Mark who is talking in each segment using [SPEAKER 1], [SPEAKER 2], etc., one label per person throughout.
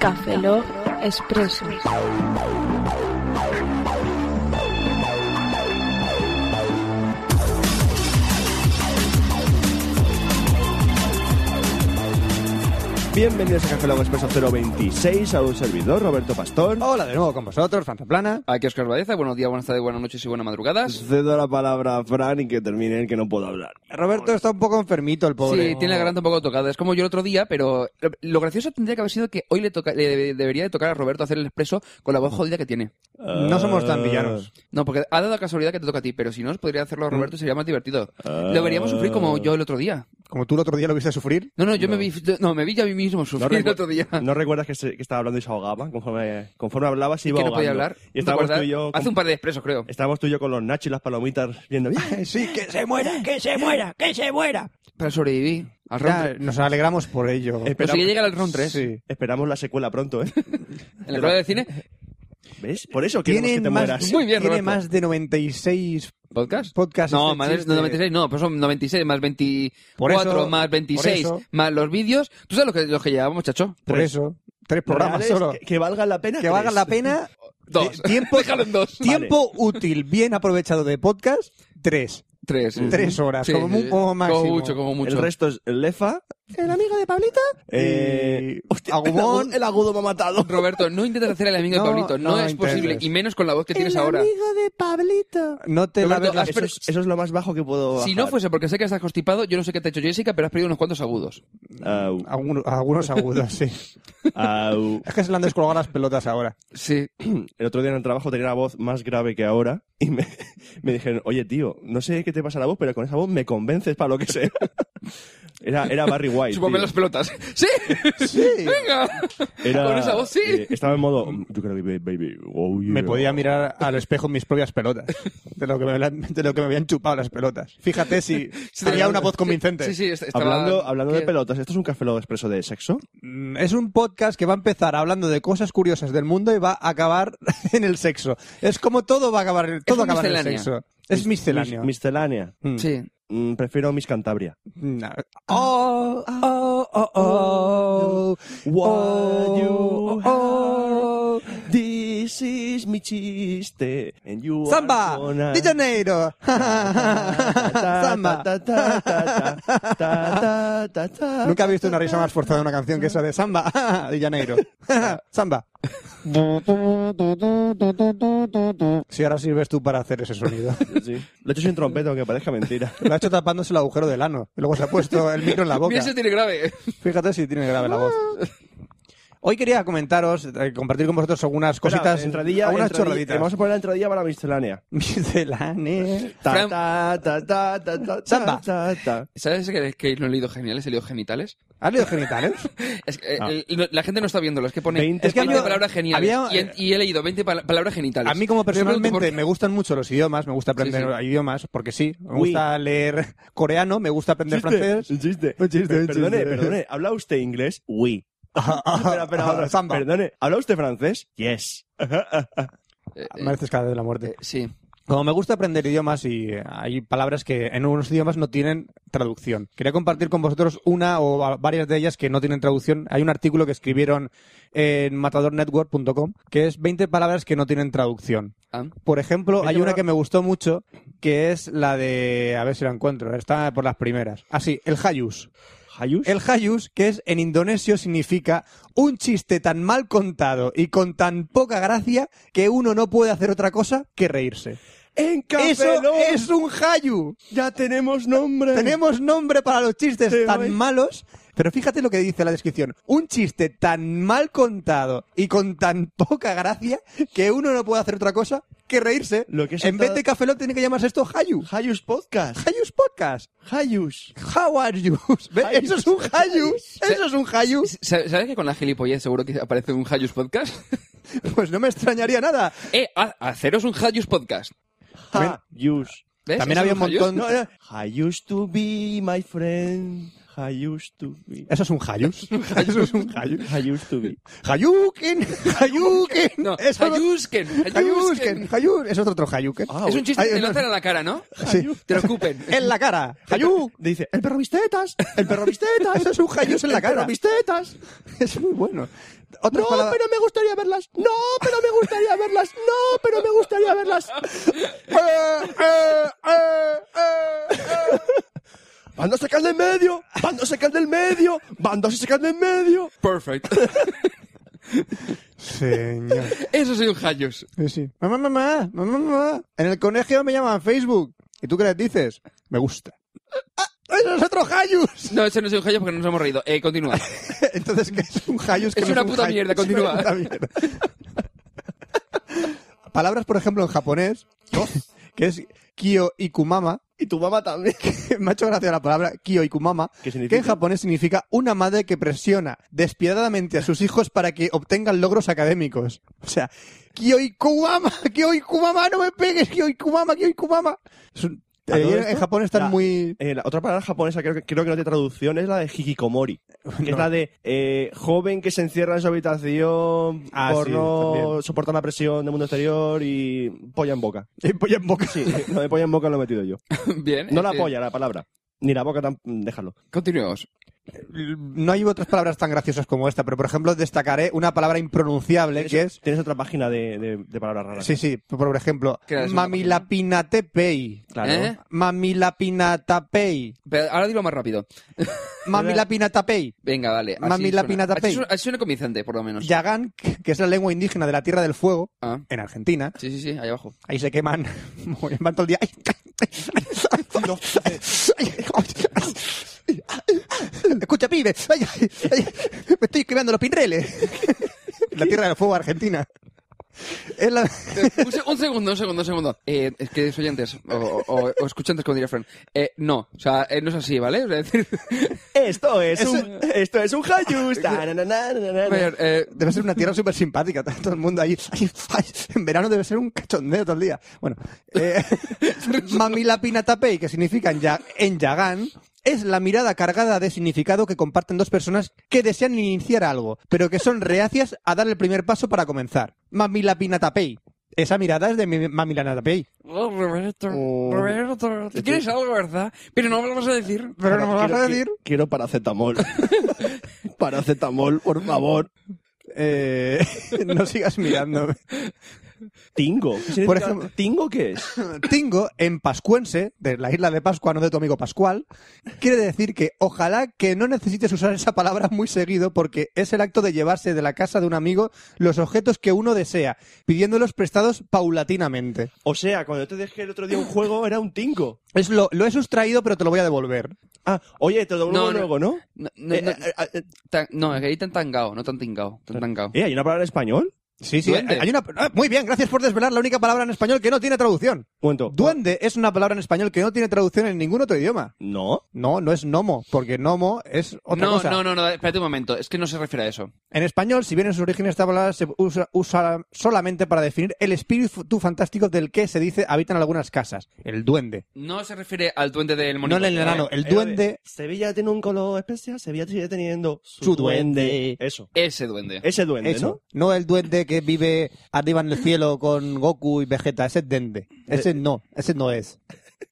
[SPEAKER 1] Café Log Expreso.
[SPEAKER 2] Bienvenidos a Café Lago Expreso 026, a un servidor, Roberto Pastor.
[SPEAKER 3] Hola de nuevo con vosotros, Franza Plana.
[SPEAKER 4] Aquí Oscar Badeza, buenos días, buenas tardes, buenas noches y buenas madrugadas.
[SPEAKER 2] Cedo la palabra a Fran y que termine el que no puedo hablar.
[SPEAKER 3] Roberto está un poco enfermito el
[SPEAKER 2] Pues
[SPEAKER 3] pobre.
[SPEAKER 4] Sí, tiene la garganta un poco tocada. Es como yo el otro día, pero lo, lo gracioso tendría que haber sido que hoy le, toca, le debe- debería de tocar a Roberto hacer el expreso con la voz jodida que tiene.
[SPEAKER 3] No somos tan villanos.
[SPEAKER 4] No, porque ha dado la casualidad que te toca a ti, pero si no, podría hacerlo Roberto, sería más divertido. Lo deberíamos sufrir como yo el otro día.
[SPEAKER 3] Como tú el otro día lo viste sufrir.
[SPEAKER 4] No, no, yo me vi, no, me vi yo a mí mismo
[SPEAKER 2] ¿No,
[SPEAKER 4] sufrir el
[SPEAKER 2] recu-
[SPEAKER 4] otro día.
[SPEAKER 2] ¿No recuerdas que, se- que estaba hablando y se ahogaba? Conforme, conforme hablaba se
[SPEAKER 4] Y
[SPEAKER 2] iba
[SPEAKER 4] que no podía
[SPEAKER 2] ahogando.
[SPEAKER 4] hablar.
[SPEAKER 2] Y
[SPEAKER 4] ¿No te
[SPEAKER 2] estábamos tú
[SPEAKER 4] acuerdas?
[SPEAKER 2] y yo...
[SPEAKER 4] Hace un par de expresos, creo.
[SPEAKER 2] Estábamos tú y yo con los nachos y las palomitas viendo... "Bien,
[SPEAKER 3] Sí, que se muera, que se muera, que se muera.
[SPEAKER 4] Pero sobreviví al round tres.
[SPEAKER 3] nos alegramos por ello.
[SPEAKER 2] Eh,
[SPEAKER 4] Pero sí que llega al round 3.
[SPEAKER 3] Sí.
[SPEAKER 2] Esperamos la secuela pronto, ¿eh?
[SPEAKER 4] En la rueda de cine,
[SPEAKER 2] ¿Ves? Por eso queremos que
[SPEAKER 3] Tienen
[SPEAKER 2] te
[SPEAKER 3] más,
[SPEAKER 2] mueras.
[SPEAKER 4] Muy bien,
[SPEAKER 3] tiene
[SPEAKER 4] Roberto.
[SPEAKER 3] más de 96
[SPEAKER 4] ¿Podcast?
[SPEAKER 3] Podcast,
[SPEAKER 4] No,
[SPEAKER 3] este
[SPEAKER 4] más
[SPEAKER 3] chiste.
[SPEAKER 4] de 96, no, pero son 96 más 24
[SPEAKER 3] Por eso,
[SPEAKER 4] más 26
[SPEAKER 3] por eso.
[SPEAKER 4] más los vídeos. ¿Tú sabes los que, los que llevamos, Pues, muchacho?
[SPEAKER 3] por
[SPEAKER 2] Tres.
[SPEAKER 3] eso. Tres programas
[SPEAKER 2] Reales,
[SPEAKER 3] solo.
[SPEAKER 2] Que, que valgan la pena.
[SPEAKER 3] Que valga
[SPEAKER 2] tres.
[SPEAKER 3] la pena.
[SPEAKER 4] Dos.
[SPEAKER 3] Eh, Tiempo,
[SPEAKER 4] Déjalo en dos.
[SPEAKER 3] tiempo útil, bien aprovechado de podcast. Tres.
[SPEAKER 4] Tres. sí.
[SPEAKER 3] Tres horas,
[SPEAKER 4] Sí,
[SPEAKER 3] como
[SPEAKER 4] sí,
[SPEAKER 3] mu-
[SPEAKER 4] sí.
[SPEAKER 3] como máximo.
[SPEAKER 4] mucho, como mucho.
[SPEAKER 2] El resto es Lefa.
[SPEAKER 3] El amigo de Pablita.
[SPEAKER 2] Eh, hostia, el
[SPEAKER 3] Agumón.
[SPEAKER 2] agudo- el agudo me ha matado.
[SPEAKER 4] Roberto, no intentes hacer el amigo
[SPEAKER 3] No,
[SPEAKER 4] de Pablito, no,
[SPEAKER 3] no
[SPEAKER 4] es
[SPEAKER 3] intentes.
[SPEAKER 4] posible, y menos con la voz que tienes ahora.
[SPEAKER 3] amigo de Pablito. No te
[SPEAKER 4] Roberto, has
[SPEAKER 3] laves las
[SPEAKER 2] Eso es, eso es lo más bajo que puedo
[SPEAKER 4] Si
[SPEAKER 2] bajar.
[SPEAKER 4] no fuese porque sé que estás constipado, yo no sé qué te ha hecho Jessica, pero has perdido unos cuantos agudos.
[SPEAKER 2] Au,
[SPEAKER 3] Algunos, algunos agudos, sí.
[SPEAKER 2] au.
[SPEAKER 3] Es que se le han descolgado las pelotas ahora.
[SPEAKER 4] Sí.
[SPEAKER 2] El otro día en el trabajo tenía la voz más grave que ahora y me, me dijeron, oye tío, no sé qué te pasa la voz, pero con esa voz me convences para lo que sea. Era, era Barry White.
[SPEAKER 4] Chúpame
[SPEAKER 2] tío.
[SPEAKER 4] las pelotas. ¡Sí!
[SPEAKER 3] Sí.
[SPEAKER 4] ¡Venga!
[SPEAKER 2] Era-
[SPEAKER 4] Con esa voz, sí.
[SPEAKER 2] eh, estaba en modo, yo creo que baby, oh, yeah".
[SPEAKER 3] Me podía mirar al espejo mis propias pelotas. De lo que me, habían- de lo que me habían chupado las pelotas. Fíjate si tenía una voz convincente.
[SPEAKER 4] Sí, sí, est- estaba...
[SPEAKER 2] Hablando, hablando de
[SPEAKER 4] ¿Qué?
[SPEAKER 2] pelotas, ¿esto es un café Logo expreso de sexo?
[SPEAKER 3] Mm, Es un podcast que va a empezar hablando de cosas curiosas del mundo y va a acabar en el sexo. Es como todo va a acabar, todo
[SPEAKER 4] un
[SPEAKER 3] acaba en el
[SPEAKER 4] miscelánea.
[SPEAKER 3] sexo. Es misceláneo.
[SPEAKER 2] Mis- miscelánea.
[SPEAKER 3] Mm.
[SPEAKER 4] Sí.
[SPEAKER 2] Mm, prefiero Miss Cantabria.
[SPEAKER 3] No.
[SPEAKER 2] Ah.
[SPEAKER 3] Oh, oh, oh, oh.
[SPEAKER 2] What
[SPEAKER 3] Oh,
[SPEAKER 2] you
[SPEAKER 3] oh.
[SPEAKER 2] have, this is mi chiste. And you are
[SPEAKER 3] Samba,
[SPEAKER 2] gonna-
[SPEAKER 3] de Janeiro. Samba.
[SPEAKER 2] Ta, ta, ta, ta, ta, ta, ta, ta.
[SPEAKER 3] Nunca he visto una risa más forzada de una canción que esa de Samba de Janeiro. Samba. Si ahora sirves tú para hacer ese sonido.
[SPEAKER 2] Sí. Lo he hecho sin trompeta, aunque parezca mentira.
[SPEAKER 3] Lo ha hecho tapándose el agujero del ano. Y luego se ha puesto el micro en la boca.
[SPEAKER 4] Mira, ese tiene grave.
[SPEAKER 3] Fíjate si tiene grave la voz. Hoy quería comentaros, eh, compartir con vosotros algunas cositas,
[SPEAKER 2] Espera, entradilla,
[SPEAKER 3] algunas
[SPEAKER 2] entradilla.
[SPEAKER 3] chorraditas.
[SPEAKER 2] Vamos a poner la entradilla para la miscelánea.
[SPEAKER 3] Miscelánea.
[SPEAKER 2] Ta,
[SPEAKER 4] Fran-
[SPEAKER 2] ta, ta, ta, ta, ta,
[SPEAKER 3] Samba.
[SPEAKER 2] ta, ta.
[SPEAKER 4] ¿Sabes que, que no he leído geniales? He leído genitales.
[SPEAKER 3] ¿Has leído genitales?
[SPEAKER 4] Es que, eh,
[SPEAKER 3] Ah.
[SPEAKER 4] el- la gente no está viéndolo, es que pone
[SPEAKER 2] 20
[SPEAKER 4] es que 20
[SPEAKER 3] había-
[SPEAKER 4] palabras geniales.
[SPEAKER 3] había-
[SPEAKER 4] y, he- y he leído 20 pala- palabras genitales.
[SPEAKER 3] A mí como
[SPEAKER 4] Yo pregunto por
[SPEAKER 3] personalmente
[SPEAKER 4] qué.
[SPEAKER 3] me gustan mucho los idiomas, me gusta aprender
[SPEAKER 4] Sí,
[SPEAKER 3] idiomas, porque sí, me
[SPEAKER 2] Uy.
[SPEAKER 3] gusta leer coreano, me gusta aprender francés.
[SPEAKER 2] Un chiste.
[SPEAKER 3] Un chiste, un
[SPEAKER 2] Perdone,
[SPEAKER 3] chiste.
[SPEAKER 2] perdone. ¿Habla usted inglés? Oui. espera, espera, ahora.
[SPEAKER 3] Samba.
[SPEAKER 2] Perdone. ¿Habla usted francés? Yes.
[SPEAKER 4] Eh, eh,
[SPEAKER 3] Mereces cada vez la muerte.
[SPEAKER 4] eh, sí.
[SPEAKER 3] Como me gusta aprender idiomas y eh, hay palabras que en unos idiomas no tienen traducción. Quería compartir con vosotros una o va- varias de ellas que no tienen traducción. Hay un artículo que escribieron en matadornetwork.com que es 20 palabras que no tienen traducción.
[SPEAKER 4] Ah.
[SPEAKER 3] Por ejemplo,
[SPEAKER 2] Vete
[SPEAKER 3] hay una
[SPEAKER 2] para-
[SPEAKER 3] que me gustó mucho, que es la de... A ver si la encuentro, está por las primeras. Así, el hayus.
[SPEAKER 2] Hayus.
[SPEAKER 3] El hayus, que es en indonesio, significa un chiste tan mal contado y con tan poca gracia que uno no puede hacer otra cosa que reírse.
[SPEAKER 2] En Café
[SPEAKER 3] ¡Eso
[SPEAKER 2] Lock
[SPEAKER 3] es un hayu!
[SPEAKER 2] ya tenemos nombre.
[SPEAKER 3] Tenemos nombre para los chistes
[SPEAKER 2] Sí,
[SPEAKER 3] tan
[SPEAKER 2] voy.
[SPEAKER 3] malos. Pero fíjate lo que dice la descripción. Un chiste tan mal contado y con tan poca gracia que uno no puede hacer otra cosa que reírse.
[SPEAKER 2] Lo que es
[SPEAKER 3] en
[SPEAKER 2] otra-
[SPEAKER 3] vez de Café Lock tiene que llamarse esto Hayu.
[SPEAKER 2] Hayus Podcast.
[SPEAKER 3] Hayus Podcast.
[SPEAKER 2] Hayus.
[SPEAKER 3] How are you? ¿Ves?
[SPEAKER 2] Hayus.
[SPEAKER 3] Eso es un Hayu. Eso es un Hayu.
[SPEAKER 4] Sa- ¿Sabes que con la gilipollez seguro que aparece un Hayus Podcast?
[SPEAKER 3] Pues no me extrañaría nada. Ah,
[SPEAKER 4] eh, ha- haceros un Hayus Podcast.
[SPEAKER 2] Hayus.
[SPEAKER 4] ¿Ves?
[SPEAKER 3] También
[SPEAKER 4] ¿Es
[SPEAKER 3] había un
[SPEAKER 4] Hayus?
[SPEAKER 3] montón-
[SPEAKER 2] No, eh. no. Hayus to be my friend. Hayus to be.
[SPEAKER 3] Eso es un Hayus. Eso es un Hayu.
[SPEAKER 2] Hayus to be.
[SPEAKER 3] Hayuken. Hayuken.
[SPEAKER 4] No,
[SPEAKER 3] Eso no-
[SPEAKER 4] Hayusken.
[SPEAKER 3] Hayuken.
[SPEAKER 4] Hayusken.
[SPEAKER 3] Hayuken. Es otro otro Hayuken.
[SPEAKER 2] Ah,
[SPEAKER 4] Es un chiste
[SPEAKER 3] Hay-
[SPEAKER 4] que te lanzan a la cara, ¿no?
[SPEAKER 3] Sí. Eh.
[SPEAKER 4] Te lo escupen.
[SPEAKER 3] en la cara. ¡Hayú!
[SPEAKER 2] Dice, el perro mis tetas. El perro mis tetas.
[SPEAKER 3] Eso es un hayus en la
[SPEAKER 2] El perro
[SPEAKER 3] cara.
[SPEAKER 2] mis tetas.
[SPEAKER 3] Es muy bueno. otras
[SPEAKER 2] no,
[SPEAKER 3] palabras-
[SPEAKER 2] pero me gustaría verlas. No, pero me gustaría verlas. No, pero me gustaría verlas. Eh, eh, eh, eh, eh. Van dos se caen del medio. Van dos se caen del medio. Van dos se caen del medio.
[SPEAKER 4] Perfect.
[SPEAKER 3] Señor.
[SPEAKER 4] Eso soy un Hayus.
[SPEAKER 3] Sí, sí. Mamá, mamá, mamá, mamá. En el colegio me llaman Facebook. ¿Y tú qué les dices? Me gusta. ¡Ah! ¡Eso es otro Hayus!
[SPEAKER 4] No, ese no es un Hayus porque no nos hemos reído. Eh, continúa.
[SPEAKER 3] Entonces, ¿qué es un Hayus? que
[SPEAKER 4] Es
[SPEAKER 3] no
[SPEAKER 4] una
[SPEAKER 3] un
[SPEAKER 4] puta
[SPEAKER 3] Hayus?
[SPEAKER 4] mierda,
[SPEAKER 3] Es una
[SPEAKER 4] continúa.
[SPEAKER 3] puta mierda. Palabras, por ejemplo, en japonés, que es Kyo Ikumama.
[SPEAKER 2] Y tu mamá también.
[SPEAKER 3] Me ha hecho gracia la palabra Kyo Ikumama,
[SPEAKER 2] ¿Qué significa?
[SPEAKER 3] que en japonés significa una madre que presiona despiadadamente a sus hijos para que obtengan logros académicos. O sea, Kyo Ikumama, Kyo Ikumama, no me pegues, Kyo Ikumama, Kyo Ikumama. Es un-
[SPEAKER 2] ¿A todo
[SPEAKER 3] eh, en
[SPEAKER 2] esto?
[SPEAKER 3] Japón están
[SPEAKER 2] La-
[SPEAKER 3] muy...
[SPEAKER 2] Eh, la otra palabra japonesa creo que, creo que no tiene traducción es la de hikikomori. Que es la de eh, joven que se encierra en su habitación
[SPEAKER 3] Ah,
[SPEAKER 2] por
[SPEAKER 3] sí,
[SPEAKER 2] no
[SPEAKER 3] también.
[SPEAKER 2] soportar la presión del mundo exterior y polla en boca.
[SPEAKER 3] Eh, polla en boca.
[SPEAKER 2] Sí, no de polla en boca lo he metido yo.
[SPEAKER 4] Bien.
[SPEAKER 2] No la
[SPEAKER 4] este,
[SPEAKER 2] polla, la palabra. Ni la boca, tan... mm, déjalo.
[SPEAKER 4] Continuemos.
[SPEAKER 3] No hay otras palabras tan graciosas como esta, pero por ejemplo destacaré una palabra impronunciable que es...
[SPEAKER 2] Tienes otra página de, de- de palabras raras.
[SPEAKER 3] Sí, sí, por ejemplo,
[SPEAKER 4] ¿Qué era la segunda
[SPEAKER 3] mamilapinatepei.
[SPEAKER 2] Claro.
[SPEAKER 4] ¿Eh?
[SPEAKER 3] Mamilapinatapei.
[SPEAKER 4] Pero ahora dilo más rápido.
[SPEAKER 3] Mamilapinatapei.
[SPEAKER 4] Venga, vale. Así
[SPEAKER 3] Mami, la
[SPEAKER 4] suena.
[SPEAKER 3] pinata
[SPEAKER 4] Así
[SPEAKER 3] pay.
[SPEAKER 4] suena- Así suena convincente, por lo menos.
[SPEAKER 3] Yagán, que es la lengua indígena de la Tierra del Fuego,
[SPEAKER 4] Ah,
[SPEAKER 3] en Argentina,
[SPEAKER 4] sí, sí, sí, ahí abajo.
[SPEAKER 3] ahí se queman, van todo el día. Escucha, pibe, ay, ay, ay, me estoy quemando los pinreles. La Tierra del Fuego, Argentina. Es la-
[SPEAKER 4] Eh, un, se- un segundo, un segundo, un segundo. Eh, es que soy oyentes, o, o- o escuchantes, como diría Fran. Eh, no, o sea, eh, no es así, ¿vale? Es decir,
[SPEAKER 2] Esto es,
[SPEAKER 3] Eso-
[SPEAKER 2] un esto es un hayus. Ta, na, na, na, na, na, na.
[SPEAKER 4] Pero, eh,
[SPEAKER 3] Debe ser una tierra súper simpática, todo el mundo ahí. ay, ay, en verano debe ser un cachondeo todo el día. Bueno, eh, Mamilapinatapei, que significa en, ya- en Yagán, es la mirada cargada de significado que comparten dos personas que desean iniciar algo, pero que son reacias a dar el primer paso para comenzar. Mamilapinatapei. Esa mirada es de mi- Mamilapinatapei.
[SPEAKER 4] oh, Roberto,
[SPEAKER 2] Oh.
[SPEAKER 4] Roberto, ¿te quieres algo, verdad? Pero no me lo vas a decir.
[SPEAKER 3] Pero no me vas
[SPEAKER 2] Quiero-
[SPEAKER 3] a decir.
[SPEAKER 2] qui- Quiero paracetamol. paracetamol, por favor.
[SPEAKER 3] Eh, no sigas mirándome.
[SPEAKER 2] Tingo. ¿Qué significa-
[SPEAKER 3] Por ejemplo-
[SPEAKER 2] ¿Tingo qué es?
[SPEAKER 3] Tingo, en pascuense, de la isla de Pascua, no de tu amigo Pascual, quiere decir que ojalá que no necesites usar esa palabra muy seguido porque es el acto de llevarse de la casa de un amigo los objetos que uno desea, pidiéndolos prestados paulatinamente.
[SPEAKER 2] O sea, cuando yo te dejé el otro día un juego, era un tingo.
[SPEAKER 3] Es lo, lo he sustraído, pero te lo voy a devolver.
[SPEAKER 2] Ah, oye, te lo devuelvo
[SPEAKER 4] No, no.
[SPEAKER 2] luego, ¿no?
[SPEAKER 4] No, no,
[SPEAKER 2] Eh,
[SPEAKER 4] no,
[SPEAKER 2] eh, eh,
[SPEAKER 4] tan- no, es que ahí tan tangao, no tan tingao, tan tangao.
[SPEAKER 2] eh, ¿Hay una palabra en español?
[SPEAKER 3] Sí, sí.
[SPEAKER 4] Duende.
[SPEAKER 3] hay- hay una- ah, muy bien, gracias por desvelar la única palabra en español que no tiene traducción.
[SPEAKER 2] Un momento.
[SPEAKER 3] Duende es una palabra en español que no tiene traducción en ningún otro idioma.
[SPEAKER 2] No.
[SPEAKER 3] No, no es gnomo, porque gnomo es otra
[SPEAKER 4] No,
[SPEAKER 3] cosa.
[SPEAKER 4] no, no, no, espérate un momento, es que no se refiere a eso.
[SPEAKER 3] En español, si bien en sus orígenes esta palabra se usa, usa solamente para definir el espíritu fantástico del que se dice habitan algunas casas, el duende.
[SPEAKER 4] No se refiere al duende del
[SPEAKER 3] no
[SPEAKER 4] monito.
[SPEAKER 3] el enano, el
[SPEAKER 2] Eh, Era de,
[SPEAKER 3] duende.
[SPEAKER 2] Sevilla tiene un color especial, Sevilla sigue teniendo su,
[SPEAKER 3] Su
[SPEAKER 2] duende.
[SPEAKER 3] duende.
[SPEAKER 2] Eso.
[SPEAKER 4] Ese duende.
[SPEAKER 3] Eh,
[SPEAKER 2] Ese duende,
[SPEAKER 3] Eso, no el duende que vive arriba en el cielo con Goku y Vegeta, ese es duende. Ese no, ese no es.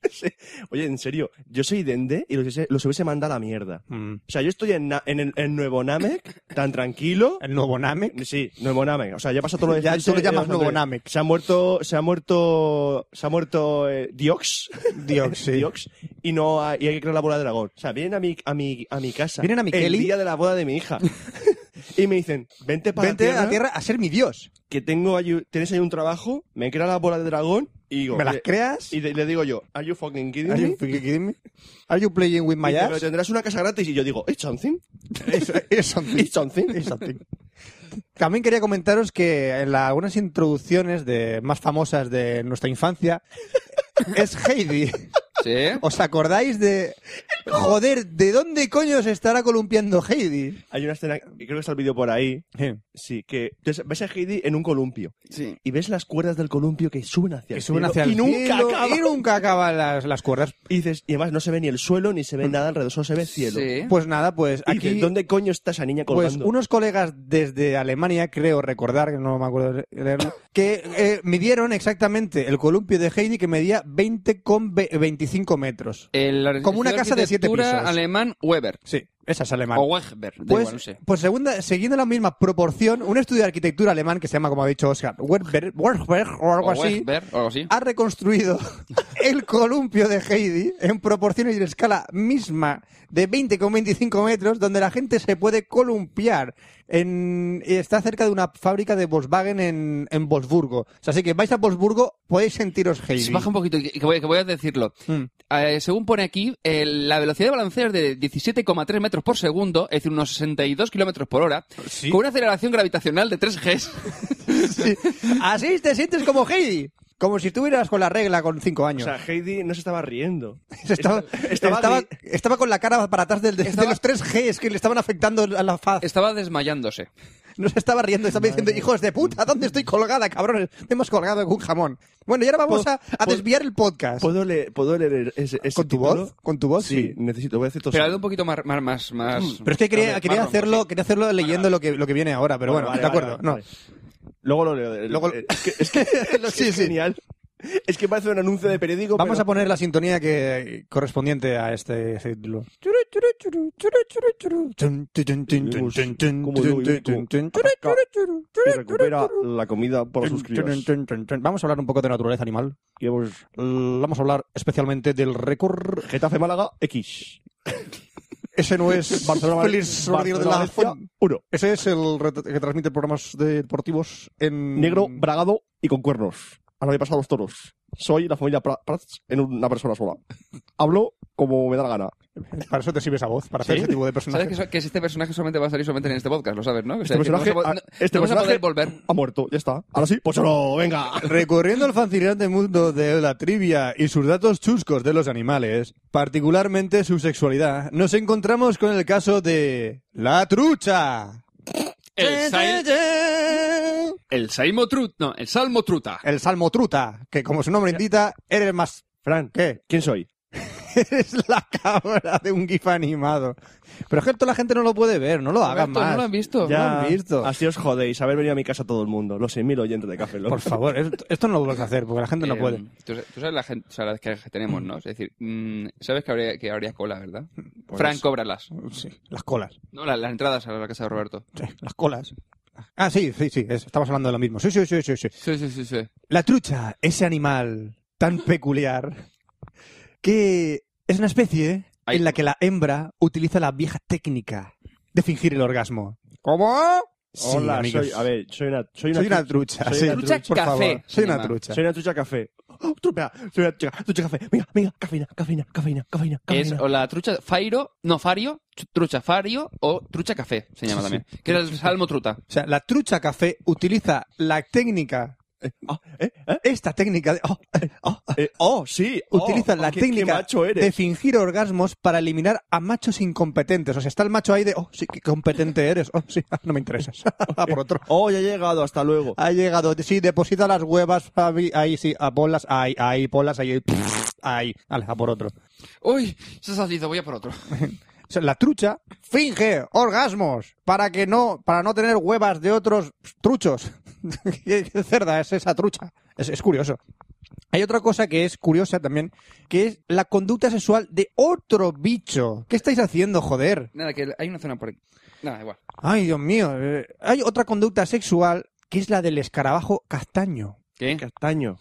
[SPEAKER 2] ¿no? Oye, en serio, yo soy dende y los hubiese, los hubiese mandado a la mierda.
[SPEAKER 3] Mm.
[SPEAKER 2] O sea, yo estoy en, Na- en, el- en Nuevo Namek, tan tranquilo.
[SPEAKER 3] El nuevo Namek.
[SPEAKER 2] Sí, Nuevo Namek. O sea, ya pasa todo lo de
[SPEAKER 3] Ya
[SPEAKER 2] Celso,
[SPEAKER 3] tú lo llamas
[SPEAKER 2] eh,
[SPEAKER 3] Nuevo
[SPEAKER 2] eh,
[SPEAKER 3] Namek.
[SPEAKER 2] Se ha muerto, se ha muerto, se ha muerto eh, Diox.
[SPEAKER 3] Diox, sí.
[SPEAKER 2] Diox. Y no, hay, y hay que crear la bola de dragón. O sea, vienen a mi, a mi, a mi casa.
[SPEAKER 3] Vienen a mi
[SPEAKER 2] El
[SPEAKER 3] Kelly.
[SPEAKER 2] día de la boda de mi hija. y me dicen, vente para
[SPEAKER 3] Vente a la tierra a ser mi dios.
[SPEAKER 2] que tengo ahí, tienes ahí un trabajo, me crea la bola de dragón y digo,
[SPEAKER 3] ¿Me las
[SPEAKER 2] eh,
[SPEAKER 3] creas?
[SPEAKER 2] y de- le digo yo, ¿Are you fucking kidding
[SPEAKER 3] Are
[SPEAKER 2] me?
[SPEAKER 3] you fucking kidding me? Are you playing with
[SPEAKER 2] Y
[SPEAKER 3] my
[SPEAKER 2] dice, Pero
[SPEAKER 3] ass?
[SPEAKER 2] tendrás una casa gratis y yo digo, ¿it's something?
[SPEAKER 3] Eso- eso-
[SPEAKER 2] ¿It's something?
[SPEAKER 3] It's something. También quería comentaros que en la- algunas introducciones de, más famosas de nuestra infancia es Heidi.
[SPEAKER 4] ¿Sí?
[SPEAKER 3] ¿Os acordáis de... Joder, ¿de dónde coño se estará columpiando Heidi?
[SPEAKER 2] Hay una escena, y creo que está el vídeo por ahí, sí, que entonces, ves a Heidi en un columpio
[SPEAKER 4] Sí.
[SPEAKER 2] y ves las cuerdas del columpio que suben hacia
[SPEAKER 3] Que
[SPEAKER 2] el
[SPEAKER 3] suben
[SPEAKER 2] cielo
[SPEAKER 3] hacia el
[SPEAKER 2] y nunca
[SPEAKER 3] cielo
[SPEAKER 2] acaban.
[SPEAKER 3] y nunca acaban las, las cuerdas.
[SPEAKER 2] Y dices, y además no se ve ni el suelo ni se ve nada alrededor, solo se ve cielo.
[SPEAKER 4] Sí.
[SPEAKER 3] Pues nada, pues
[SPEAKER 2] Y
[SPEAKER 3] Mm. aquí...
[SPEAKER 2] dices, ¿dónde coño está esa niña
[SPEAKER 3] Pues
[SPEAKER 2] colgando?
[SPEAKER 3] unos colegas desde Alemania, creo recordar, que no me acuerdo de leerlo, que eh, midieron exactamente el columpio de Heidi que medía 20,25 metros.
[SPEAKER 4] El
[SPEAKER 3] Como una
[SPEAKER 4] estudio
[SPEAKER 3] casa de siete
[SPEAKER 4] arquitectura
[SPEAKER 3] pisos.
[SPEAKER 4] alemán Weber.
[SPEAKER 3] Sí. Esa es alemana.
[SPEAKER 4] O Wegber, da
[SPEAKER 3] Pues,
[SPEAKER 4] igual, no sé.
[SPEAKER 3] pues segunda- siguiendo la misma proporción, un estudio de arquitectura alemán que se llama, como ha dicho Oscar, Werber, Werber o algo
[SPEAKER 4] O
[SPEAKER 3] así, Ah,
[SPEAKER 4] Wegber, o algo así.
[SPEAKER 3] ha reconstruido el columpio de Heidi en proporciones y en escala misma de 20,25 metros, donde la gente se puede columpiar. En, está cerca de una fábrica de Volkswagen en, en Wolfsburgo. O sea, así que vais a Wolfsburgo, podéis sentiros Heidi.
[SPEAKER 4] Baja un poquito, que que voy, que voy a decirlo.
[SPEAKER 3] Mm.
[SPEAKER 4] Eh, según pone aquí, eh, la velocidad de balanceo es de 17,3 metros por segundo, es decir, unos 62 kilómetros por hora,
[SPEAKER 3] Sí.
[SPEAKER 4] con una aceleración gravitacional de 3 Gs.
[SPEAKER 3] Sí. Así te sientes como Heidi. Como si estuvieras con la regla con 5
[SPEAKER 2] O
[SPEAKER 3] años.
[SPEAKER 2] sea, Heidi no se estaba riendo.
[SPEAKER 3] estaba,
[SPEAKER 2] estaba-
[SPEAKER 3] estaba-
[SPEAKER 2] ri-
[SPEAKER 3] estaba con la cara para atrás del- de, de
[SPEAKER 4] Estaba-
[SPEAKER 3] los 3 Gs que le estaban afectando a la faz.
[SPEAKER 4] Estaba desmayándose.
[SPEAKER 3] No se estaba riendo, estaba diciendo, hijos de puta, ¿dónde estoy colgada, cabrones? Te hemos colgado con un jamón. Bueno, y ahora vamos
[SPEAKER 2] Pod-
[SPEAKER 3] a, a
[SPEAKER 2] pod-
[SPEAKER 3] desviar el podcast.
[SPEAKER 2] ¿Puedo leer, ¿puedo leer ese, ese
[SPEAKER 3] ¿Con tu
[SPEAKER 2] título?
[SPEAKER 3] voz? ¿Con tu voz?
[SPEAKER 2] Sí,
[SPEAKER 3] Sí.
[SPEAKER 2] necesito. Voy a hacer tos.
[SPEAKER 4] Pero algo un poquito más... más, más, más-
[SPEAKER 3] Mm, Pero es que
[SPEAKER 4] a
[SPEAKER 3] quería,
[SPEAKER 4] ver,
[SPEAKER 3] quería
[SPEAKER 4] marrón,
[SPEAKER 3] hacerlo, quería hacerlo leyendo lo que, lo que viene ahora, pero bueno,
[SPEAKER 2] vale,
[SPEAKER 3] de
[SPEAKER 2] vale,
[SPEAKER 3] acuerdo.
[SPEAKER 2] vale, vale. Luego lo leo. eh,
[SPEAKER 3] Luego-
[SPEAKER 2] eh, Es que, es que-
[SPEAKER 3] Lo- sí,
[SPEAKER 2] es
[SPEAKER 3] sí.
[SPEAKER 2] genial. Es que parece un anuncio de periódico.
[SPEAKER 3] No. Vamos
[SPEAKER 2] pero-
[SPEAKER 3] a poner la sintonía que correspondiente a este ese título.
[SPEAKER 2] Como Louis Vuitton. Y recupera la comida por sus críos.
[SPEAKER 3] Vamos a hablar un poco de naturaleza animal.
[SPEAKER 2] Y hemos-
[SPEAKER 3] Vamos a hablar especialmente del récord
[SPEAKER 2] Getafe Málaga X.
[SPEAKER 3] Ese no es
[SPEAKER 2] Barcelona,
[SPEAKER 3] Feliz Rodríguez de la
[SPEAKER 2] Barcelona, Valencia,
[SPEAKER 3] Fuente.
[SPEAKER 2] uno.
[SPEAKER 3] Ese es el ret- que transmite programas de- deportivos en...
[SPEAKER 2] Negro, bragado y con cuernos. A nadie pasan los toros. Soy la familia Pra- Prats en una persona sola. Hablo como me da la gana.
[SPEAKER 3] Para eso te sirve esa voz, para hacer
[SPEAKER 4] ¿Sí?
[SPEAKER 3] ese tipo de
[SPEAKER 4] ¿Sabes que,
[SPEAKER 3] personajes.
[SPEAKER 4] so- que este personaje solamente va a salir solamente en este podcast? Lo sabes, ¿no? O
[SPEAKER 2] Este
[SPEAKER 4] sea, que no
[SPEAKER 2] personaje,
[SPEAKER 4] vas a po-
[SPEAKER 2] ha,
[SPEAKER 4] no-
[SPEAKER 2] este
[SPEAKER 4] no vas a
[SPEAKER 2] personaje
[SPEAKER 4] poder volver.
[SPEAKER 2] ha muerto, ya está. Ahora sí, pues solo, venga.
[SPEAKER 3] Recorriendo el fascinante mundo de la trivia y sus datos chuscos de los animales, particularmente su sexualidad, nos encontramos con el caso de la trucha.
[SPEAKER 4] El, Sai- el Saimo Trut... No, el Salmo Truta.
[SPEAKER 3] El salmo truta, que como su nombre indica, eres más...
[SPEAKER 2] Fran,
[SPEAKER 3] ¿Qué?
[SPEAKER 2] ¿quién soy?
[SPEAKER 3] Eres la cabra de un gif animado. Pero es que esto la gente no lo puede ver, no lo hagan
[SPEAKER 4] Roberto,
[SPEAKER 3] más.
[SPEAKER 4] No lo han visto.
[SPEAKER 3] Ya. lo han visto.
[SPEAKER 2] Así os jodéis. Haber venido a mi casa todo el mundo. Los 6.000 oyentes de Café Lock.
[SPEAKER 3] Por favor, esto, esto no lo vuelvas a hacer porque la gente no
[SPEAKER 4] Eh,
[SPEAKER 3] puede.
[SPEAKER 4] Tú, sa- tú sabes la gente, o sea, las que tenemos, ¿no? Es decir, mm, sabes que habría, que habría cola, ¿verdad?
[SPEAKER 3] Pues
[SPEAKER 4] Fran, cóbralas.
[SPEAKER 3] Sí, las colas.
[SPEAKER 4] No, la- las, entradas a la casa de Roberto.
[SPEAKER 3] Sí, las colas. Ah, sí, sí, sí, es- estamos hablando de lo mismo. Sí, sí, sí, sí, sí.
[SPEAKER 4] Sí, sí, sí, sí.
[SPEAKER 3] La trucha, ese animal tan peculiar, que es una especie
[SPEAKER 4] Ay.
[SPEAKER 3] en la que la hembra utiliza la vieja técnica de fingir el orgasmo. ¿Cómo? Sí,
[SPEAKER 2] Hola,
[SPEAKER 3] amigos.
[SPEAKER 2] soy, a ver, soy una, soy una,
[SPEAKER 3] soy una
[SPEAKER 2] tru-
[SPEAKER 3] trucha.
[SPEAKER 2] soy
[SPEAKER 3] sí,
[SPEAKER 2] una
[SPEAKER 4] trucha
[SPEAKER 3] por favor.
[SPEAKER 4] café,
[SPEAKER 3] Soy una
[SPEAKER 4] además.
[SPEAKER 3] trucha.
[SPEAKER 2] soy una trucha café. Oh, trucha, soy una trucha, trucha café. Venga, venga, cafeína, cafeína, cafeína, cafeína,
[SPEAKER 4] Es
[SPEAKER 2] cafeína.
[SPEAKER 4] o la trucha Fairo, no Fario, ch- trucha Fario o trucha café, se llama también. Que es el salmo truta.
[SPEAKER 3] O sea, la trucha café utiliza la técnica, oh,
[SPEAKER 2] Ah, ¿eh? ¿eh?
[SPEAKER 3] esta técnica de... oh, oh,
[SPEAKER 2] Eh, oh, sí. oh,
[SPEAKER 3] utiliza la
[SPEAKER 2] qué- qué
[SPEAKER 3] técnica
[SPEAKER 2] macho eres.
[SPEAKER 3] de fingir orgasmos para eliminar a machos incompetentes. O sea, está el macho ahí de, oh, sí, qué competente eres. Oh, sí, ah, no me interesas. Ah, por otro.
[SPEAKER 2] Oh, ya he llegado, hasta luego.
[SPEAKER 3] Ha llegado, sí, deposita las huevas, Fabi, ahí sí, a ponlas, ahí, ahí, ponlas, ahí, ahí, Vale, a por otro.
[SPEAKER 4] Uy, se ha salido, voy a por otro.
[SPEAKER 3] O sea, la trucha finge orgasmos para que no, para no tener huevas de otros truchos. ¿Qué qué cerda es esa trucha? Es, es curioso. Hay otra cosa que es curiosa también, que es la conducta sexual de otro bicho. ¿Qué estáis haciendo, joder?
[SPEAKER 4] Nada, que hay una zona por aquí. Nada, igual.
[SPEAKER 3] Ay, Dios mío. eh, Hay otra conducta sexual que es la del escarabajo castaño.
[SPEAKER 4] ¿Qué?
[SPEAKER 2] Castaño.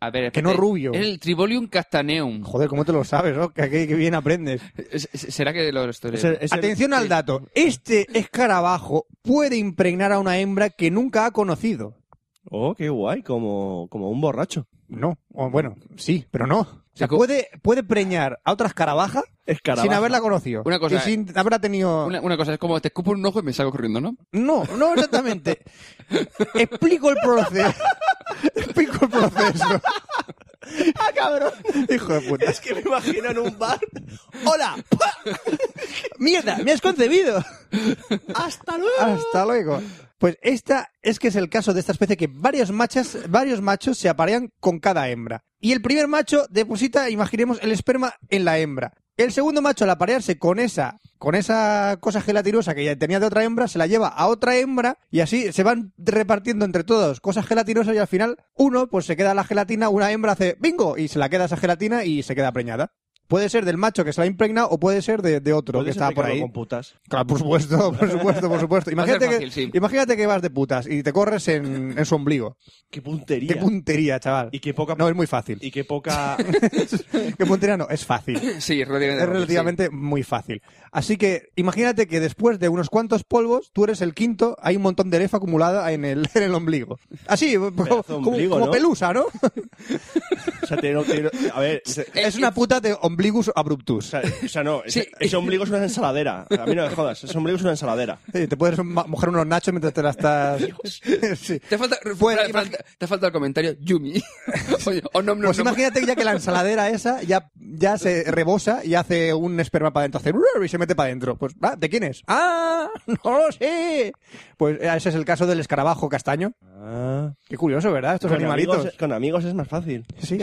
[SPEAKER 4] A ver,
[SPEAKER 3] Que no
[SPEAKER 4] espérate.
[SPEAKER 3] rubio.
[SPEAKER 4] Es el Tribolium castaneum.
[SPEAKER 3] Joder, ¿cómo te lo sabes, no? Que, que- que bien aprendes.
[SPEAKER 4] Es- es- ¿Será que lo estoy
[SPEAKER 2] Es el- es el-
[SPEAKER 3] Atención al dato. Este escarabajo puede impregnar a una hembra que nunca ha conocido.
[SPEAKER 2] Oh, qué guay, como, como un borracho.
[SPEAKER 3] No, o bueno, sí, pero no. O sea,
[SPEAKER 4] Sí, co-
[SPEAKER 3] puede, puede preñar a otra escarabaja
[SPEAKER 2] Escarabaja.
[SPEAKER 3] sin haberla conocido.
[SPEAKER 4] Una cosa,
[SPEAKER 3] y sin haberla tenido...
[SPEAKER 4] Una, una cosa, es como te escupo en un ojo y me salgo corriendo, ¿no?
[SPEAKER 3] No, no exactamente. Explico el proceso. Explico el proceso.
[SPEAKER 2] ¡Ah, cabrón!
[SPEAKER 3] Hijo de puta.
[SPEAKER 2] Es que me imagino en un bar. ¡Hola!
[SPEAKER 3] ¡Mierda! ¡Me has concebido!
[SPEAKER 2] ¡Hasta luego!
[SPEAKER 3] Hasta luego. Pues esta es que es el caso de esta especie que varios machas, varios machos se aparean con cada hembra. Y el primer macho deposita, imaginemos, el esperma en la hembra. El segundo macho, al aparearse con esa, con esa cosa gelatinosa que ya tenía de otra hembra, se la lleva a otra hembra y así se van repartiendo entre todos cosas gelatinosas y al final uno pues se queda la gelatina, una hembra hace bingo y se la queda esa gelatina y se queda preñada. Puede ser del macho que se la impregna o puede ser de, de otro que
[SPEAKER 2] ¿Puedes
[SPEAKER 3] está por
[SPEAKER 2] explicarlo
[SPEAKER 3] ahí.
[SPEAKER 2] con putas?
[SPEAKER 3] Claro, por supuesto, por supuesto, por supuesto.
[SPEAKER 4] Va a ser
[SPEAKER 3] Imagínate,
[SPEAKER 4] fácil,
[SPEAKER 3] que,
[SPEAKER 4] sí.
[SPEAKER 3] imagínate que vas de putas y te corres en, en su ombligo.
[SPEAKER 2] Qué puntería.
[SPEAKER 3] Qué puntería, chaval.
[SPEAKER 2] Y qué poca...
[SPEAKER 3] No, es muy fácil.
[SPEAKER 2] Y qué poca...
[SPEAKER 3] qué puntería no, es fácil.
[SPEAKER 4] Sí, es relativamente.
[SPEAKER 3] Es
[SPEAKER 4] fácil,
[SPEAKER 3] relativamente muy fácil. Así que imagínate que después de unos cuantos polvos, tú eres el quinto, hay un montón de lefa acumulada en el, en el ombligo. Así, como, como-
[SPEAKER 2] ombligo,
[SPEAKER 3] como
[SPEAKER 2] ¿no?
[SPEAKER 3] pelusa, ¿no?
[SPEAKER 2] o sea, tiene- tiene- a ver... se-
[SPEAKER 3] es una puta de ombligus
[SPEAKER 2] O
[SPEAKER 3] abruptus.
[SPEAKER 2] sea, o sea, no, ese,
[SPEAKER 4] Sí.
[SPEAKER 2] ese ombligo es una ensaladera. A mí no me jodas, ese ombligo es una ensaladera.
[SPEAKER 3] Sí, Te puedes ma- mojar unos nachos mientras te la estás... Sí.
[SPEAKER 4] sí. Te falta,
[SPEAKER 3] Pues,
[SPEAKER 4] fa-
[SPEAKER 3] imagi-
[SPEAKER 4] falta- te falta el comentario Yumi. Oye, o nom, nom,
[SPEAKER 3] Pues
[SPEAKER 4] nom.
[SPEAKER 3] imagínate ya que la ensaladera esa ya, ya se rebosa y hace un esperma para adentro. Hace brrr y se mete para adentro. Pues, ah, ¿de quién es? ¡Ah! ¡No lo sé! Pues eh, ese es el caso del escarabajo castaño. Qué curioso, ¿verdad? Estos
[SPEAKER 2] Ah. con,
[SPEAKER 3] animalitos.
[SPEAKER 2] amigos, eh. con amigos es más fácil.
[SPEAKER 3] Sí,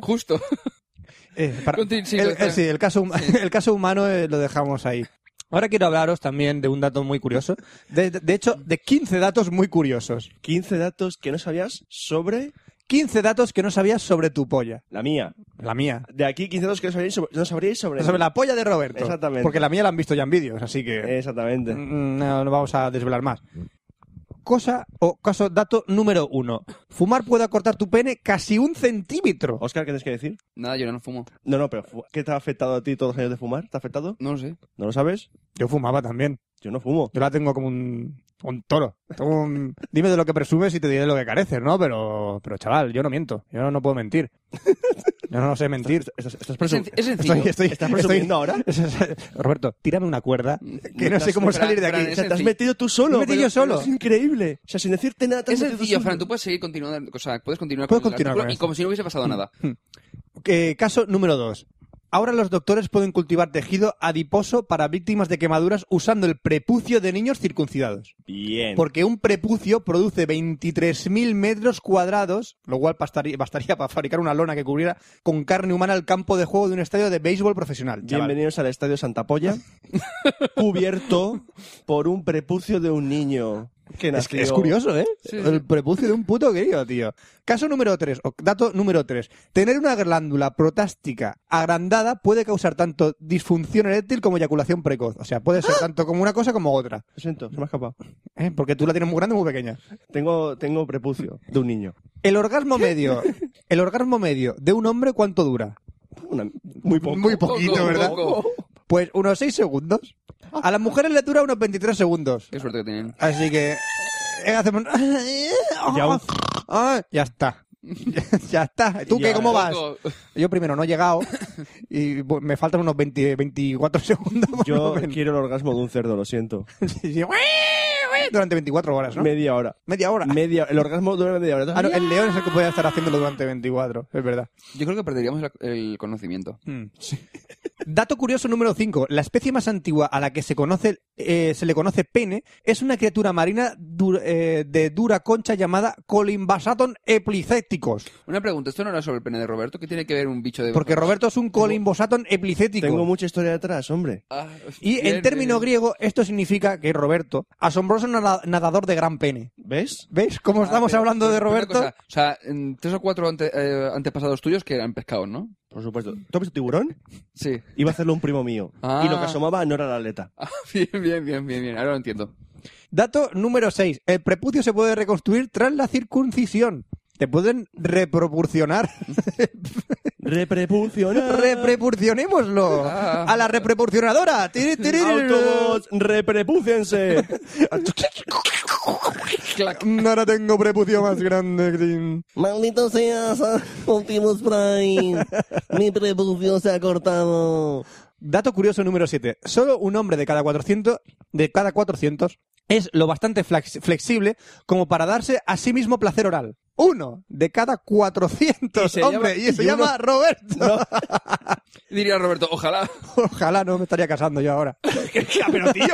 [SPEAKER 4] Justo.
[SPEAKER 3] eh, para-
[SPEAKER 4] Continúa, sí,
[SPEAKER 3] el,
[SPEAKER 4] doctora.
[SPEAKER 3] eh, sí, el caso, hum- el caso humano eh, lo dejamos ahí. Ahora quiero hablaros también de un dato muy curioso. De, de hecho, de 15 datos muy curiosos.
[SPEAKER 2] 15 datos que no sabías sobre
[SPEAKER 3] 15 datos que no sabías sobre tu polla.
[SPEAKER 2] la mía.
[SPEAKER 3] La mía.
[SPEAKER 2] De aquí, 15 datos que no sabríais sobre, no sabríais sobre,
[SPEAKER 3] Sobre la polla de Roberto.
[SPEAKER 2] Exactamente. Eh,
[SPEAKER 3] Porque la mía la han visto ya en vídeos, así que
[SPEAKER 2] Exactamente.
[SPEAKER 3] mm, no, no vamos a desvelar más. Cosa o caso, dato número uno. Fumar puede acortar tu pene casi un centímetro.
[SPEAKER 2] Oscar, ¿qué tienes que decir?
[SPEAKER 4] Nada, yo no fumo.
[SPEAKER 2] No, no, pero fu- ¿qué te ha afectado a ti todos los años de fumar? ¿Te ha afectado?
[SPEAKER 4] No lo sé.
[SPEAKER 2] ¿No lo sabes?
[SPEAKER 3] Yo fumaba también.
[SPEAKER 2] Yo no fumo.
[SPEAKER 3] Yo la tengo como un, un toro. Tengo un- dime de lo que presumes y te diré de lo que careces, ¿no? Pero, pero chaval, yo no miento. Yo no, no puedo mentir. Yo no sé mentir.
[SPEAKER 2] ¿Estás, estás
[SPEAKER 4] Es,
[SPEAKER 2] presu-
[SPEAKER 4] sen- es sencillo.
[SPEAKER 3] Estoy, estoy,
[SPEAKER 2] ¿Estás
[SPEAKER 3] estoy-
[SPEAKER 2] presumiendo ahora?
[SPEAKER 3] Roberto, tírame una cuerda que no
[SPEAKER 2] Estás-
[SPEAKER 3] sé cómo
[SPEAKER 4] Fran,
[SPEAKER 3] salir de
[SPEAKER 4] Fran,
[SPEAKER 3] aquí.
[SPEAKER 4] es
[SPEAKER 2] O sea, te has
[SPEAKER 4] sencillo.
[SPEAKER 2] metido tú solo.
[SPEAKER 3] Me he metido
[SPEAKER 2] pero-
[SPEAKER 3] yo solo.
[SPEAKER 2] pero Es increíble. O sea, sin decirte nada. te has
[SPEAKER 4] Es
[SPEAKER 2] metido tú
[SPEAKER 4] sencillo,
[SPEAKER 2] solo.
[SPEAKER 4] Fran. Tú puedes seguir continuando. O sea, puedes continuar
[SPEAKER 3] Puedes
[SPEAKER 4] con el
[SPEAKER 3] continuar
[SPEAKER 4] artículo
[SPEAKER 3] con
[SPEAKER 4] y
[SPEAKER 3] esto.
[SPEAKER 4] como si no hubiese pasado nada.
[SPEAKER 3] Eh, caso número 2. Ahora los doctores pueden cultivar tejido adiposo para víctimas de quemaduras usando el prepucio de niños circuncidados.
[SPEAKER 2] Bien.
[SPEAKER 3] Porque un prepucio produce 23.000 metros cuadrados, lo cual bastaría, bastaría para fabricar una lona que cubriera con carne humana el campo de juego de un estadio de béisbol profesional. chaval.
[SPEAKER 2] Bienvenidos al Estadio Santa Polla, cubierto por un prepucio de un niño que
[SPEAKER 3] Es,
[SPEAKER 2] nació...
[SPEAKER 3] que es curioso, ¿eh?
[SPEAKER 4] Sí, sí.
[SPEAKER 3] El prepucio de un puto querido, tío. Caso número 3, o dato número 3. Tener una glándula protástica agrandada puede causar tanto disfunción eréctil como eyaculación precoz. O sea, puede ser
[SPEAKER 4] ¡Ah!
[SPEAKER 3] tanto como una cosa como otra.
[SPEAKER 2] Lo siento, se me ha escapado.
[SPEAKER 3] ¿eh? Porque tú la tienes muy grande o muy pequeña.
[SPEAKER 2] Tengo, tengo prepucio de un niño.
[SPEAKER 3] El orgasmo medio. El orgasmo medio de un hombre, ¿cuánto dura?
[SPEAKER 2] Una- muy poco.
[SPEAKER 3] Muy poquito,
[SPEAKER 4] Poco,
[SPEAKER 3] ¿verdad?
[SPEAKER 4] poco.
[SPEAKER 3] Pues unos 6 segundos. A las mujeres les dura unos 23 segundos.
[SPEAKER 4] Qué suerte que tienen.
[SPEAKER 3] Así que. eh, hacemos-
[SPEAKER 2] Ya un-
[SPEAKER 3] Ah, ya está. ya está. ¿Tú qué?
[SPEAKER 2] Ya.
[SPEAKER 3] ¿Cómo vas?
[SPEAKER 4] Poco.
[SPEAKER 3] Yo primero no he llegado y bu- me faltan unos 20 24 segundos. por lo
[SPEAKER 2] Yo
[SPEAKER 3] menos.
[SPEAKER 2] quiero el orgasmo de un cerdo, lo siento.
[SPEAKER 3] Sí, sí. Durante 24 horas, ¿no?
[SPEAKER 2] Media hora.
[SPEAKER 3] Media hora.
[SPEAKER 2] Media, el orgasmo dura media hora.
[SPEAKER 3] Ah, no, el león es el que podía estar haciéndolo durante 24, es verdad.
[SPEAKER 4] Yo creo que perderíamos la- el conocimiento.
[SPEAKER 2] Mm,
[SPEAKER 3] Dato curioso número 5. La especie más antigua a la que se, conoce, eh, se le conoce pene es una criatura marina du- eh, de dura concha llamada Colimbasaton eplicéticos.
[SPEAKER 4] Una pregunta, ¿esto no era sobre el pene de Roberto? ¿Qué tiene que ver un bicho de...
[SPEAKER 3] Porque Roberto es un Colimbasaton eplicético.
[SPEAKER 2] Tengo mucha historia detrás, hombre.
[SPEAKER 4] Ah,
[SPEAKER 3] y en
[SPEAKER 4] bien,
[SPEAKER 3] término
[SPEAKER 4] bien.
[SPEAKER 3] griego, esto significa que Roberto, asombroso nada- nadador de gran pene.
[SPEAKER 2] ¿Ves?
[SPEAKER 3] ¿Ves cómo
[SPEAKER 4] Ah,
[SPEAKER 3] estamos
[SPEAKER 4] pero,
[SPEAKER 3] hablando de
[SPEAKER 4] pero una
[SPEAKER 3] Roberto?
[SPEAKER 4] cosa, o sea, en tres o cuatro ante- eh, antepasados tuyos que eran pescados, ¿no?
[SPEAKER 2] Por supuesto. ¿Tú has visto tiburón?
[SPEAKER 4] Sí.
[SPEAKER 2] Iba a hacerlo un primo mío.
[SPEAKER 4] Ah.
[SPEAKER 2] Y lo que asomaba no era la aleta.
[SPEAKER 4] Ah, bien, bien, bien, bien, bien. Ahora lo entiendo.
[SPEAKER 3] Dato número 6. El prepucio se puede reconstruir tras la circuncisión. Te pueden reproporcionar.
[SPEAKER 2] Reprepucionar.
[SPEAKER 3] Repreporcionémoslo.
[SPEAKER 4] Ah.
[SPEAKER 3] A la repreporcionadora. Tiri, tiri,
[SPEAKER 2] Autobots, reprepúciense.
[SPEAKER 4] Clac.
[SPEAKER 3] Ahora tengo prepucio más grande. Green.
[SPEAKER 5] Maldito seas, ah, Optimus Prime. Mi prepucio se ha cortado.
[SPEAKER 3] Dato curioso número 7. Solo un hombre de cada 400, de cada 400 es lo bastante flax- flexible como para darse a sí mismo placer oral. Uno de cada 400
[SPEAKER 2] se
[SPEAKER 3] hombre.
[SPEAKER 2] llama-
[SPEAKER 3] y se
[SPEAKER 2] y uno-
[SPEAKER 3] llama Roberto.
[SPEAKER 4] Diría Roberto, ojalá.
[SPEAKER 3] Ojalá no me estaría casando yo ahora.
[SPEAKER 2] Pero tío,